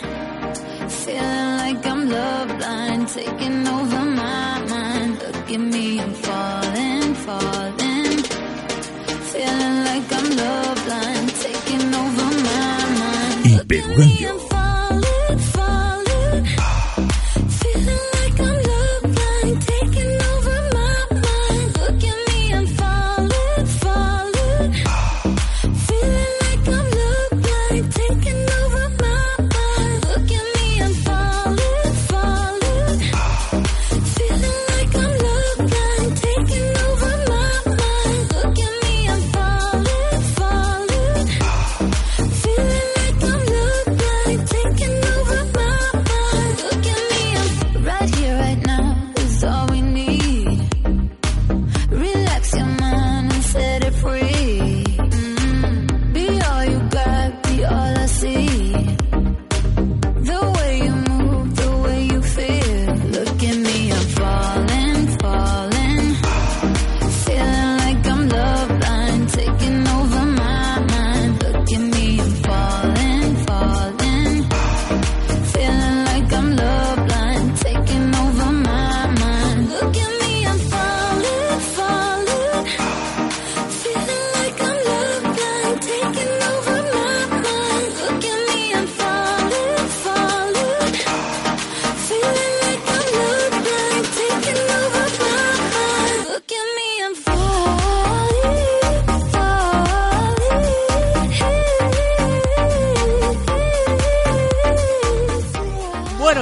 Speaker 6: Feeling like I'm love blind, taking over my mind. Look at me, I'm falling, falling. Feeling like I'm love blind, taking over my mind. Look at me, I'm falling, falling. Feeling like I'm love blind, taking over my mind. Look at me, I'm falling, falling. Feeling like I'm love blind, taking over my mind. Look at me, I'm falling, falling. Feeling like I'm love blind, taking over my mind. Look at me, I'm falling, falling. Feeling like I'm love blind, Mm-hmm.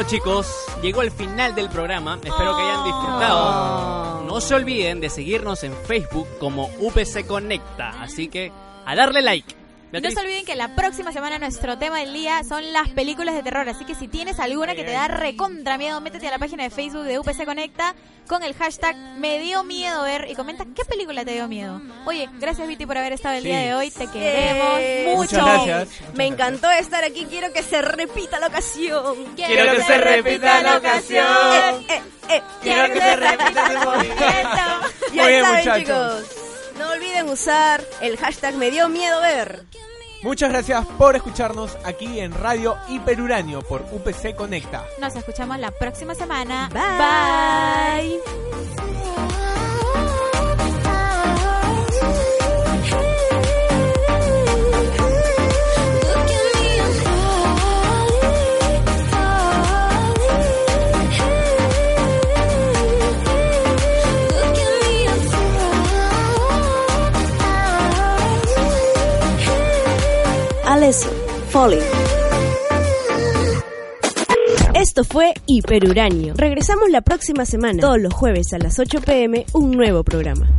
Speaker 3: chicos, llegó el final del programa. Espero que hayan
Speaker 4: Oh.
Speaker 3: disfrutado. No se olviden de seguirnos en Facebook como UPC Conecta. Así que a darle like.
Speaker 4: No
Speaker 3: Beatriz,
Speaker 4: se olviden que la próxima semana nuestro tema del día son las películas de terror. Así que si tienes alguna que te da recontra miedo, métete a la página de Facebook de UPC Conecta con el hashtag Me dio miedo ver y comenta qué película te dio miedo. Oye, gracias Viti por haber estado el día de hoy. Te queremos
Speaker 1: Eh,
Speaker 4: mucho.
Speaker 2: Muchas gracias.
Speaker 1: Me encantó estar aquí, quiero que se repita la ocasión.
Speaker 4: Quiero
Speaker 2: que se repita la ocasión.
Speaker 1: Eh, eh,
Speaker 4: Quiero que se repita el movimiento.
Speaker 1: Ya
Speaker 2: Muy bien,
Speaker 1: saben,
Speaker 2: muchachos.
Speaker 1: chicos. No olviden usar el hashtag me dio miedo ver.
Speaker 2: Muchas gracias por escucharnos aquí en Radio Hiperuranio por UPC Conecta.
Speaker 4: Nos escuchamos la próxima semana.
Speaker 1: Bye.
Speaker 4: Bye.
Speaker 1: Alex Foley. Esto fue Hiperuranio. Regresamos la próxima semana, todos los jueves a las 8 pm, un nuevo programa.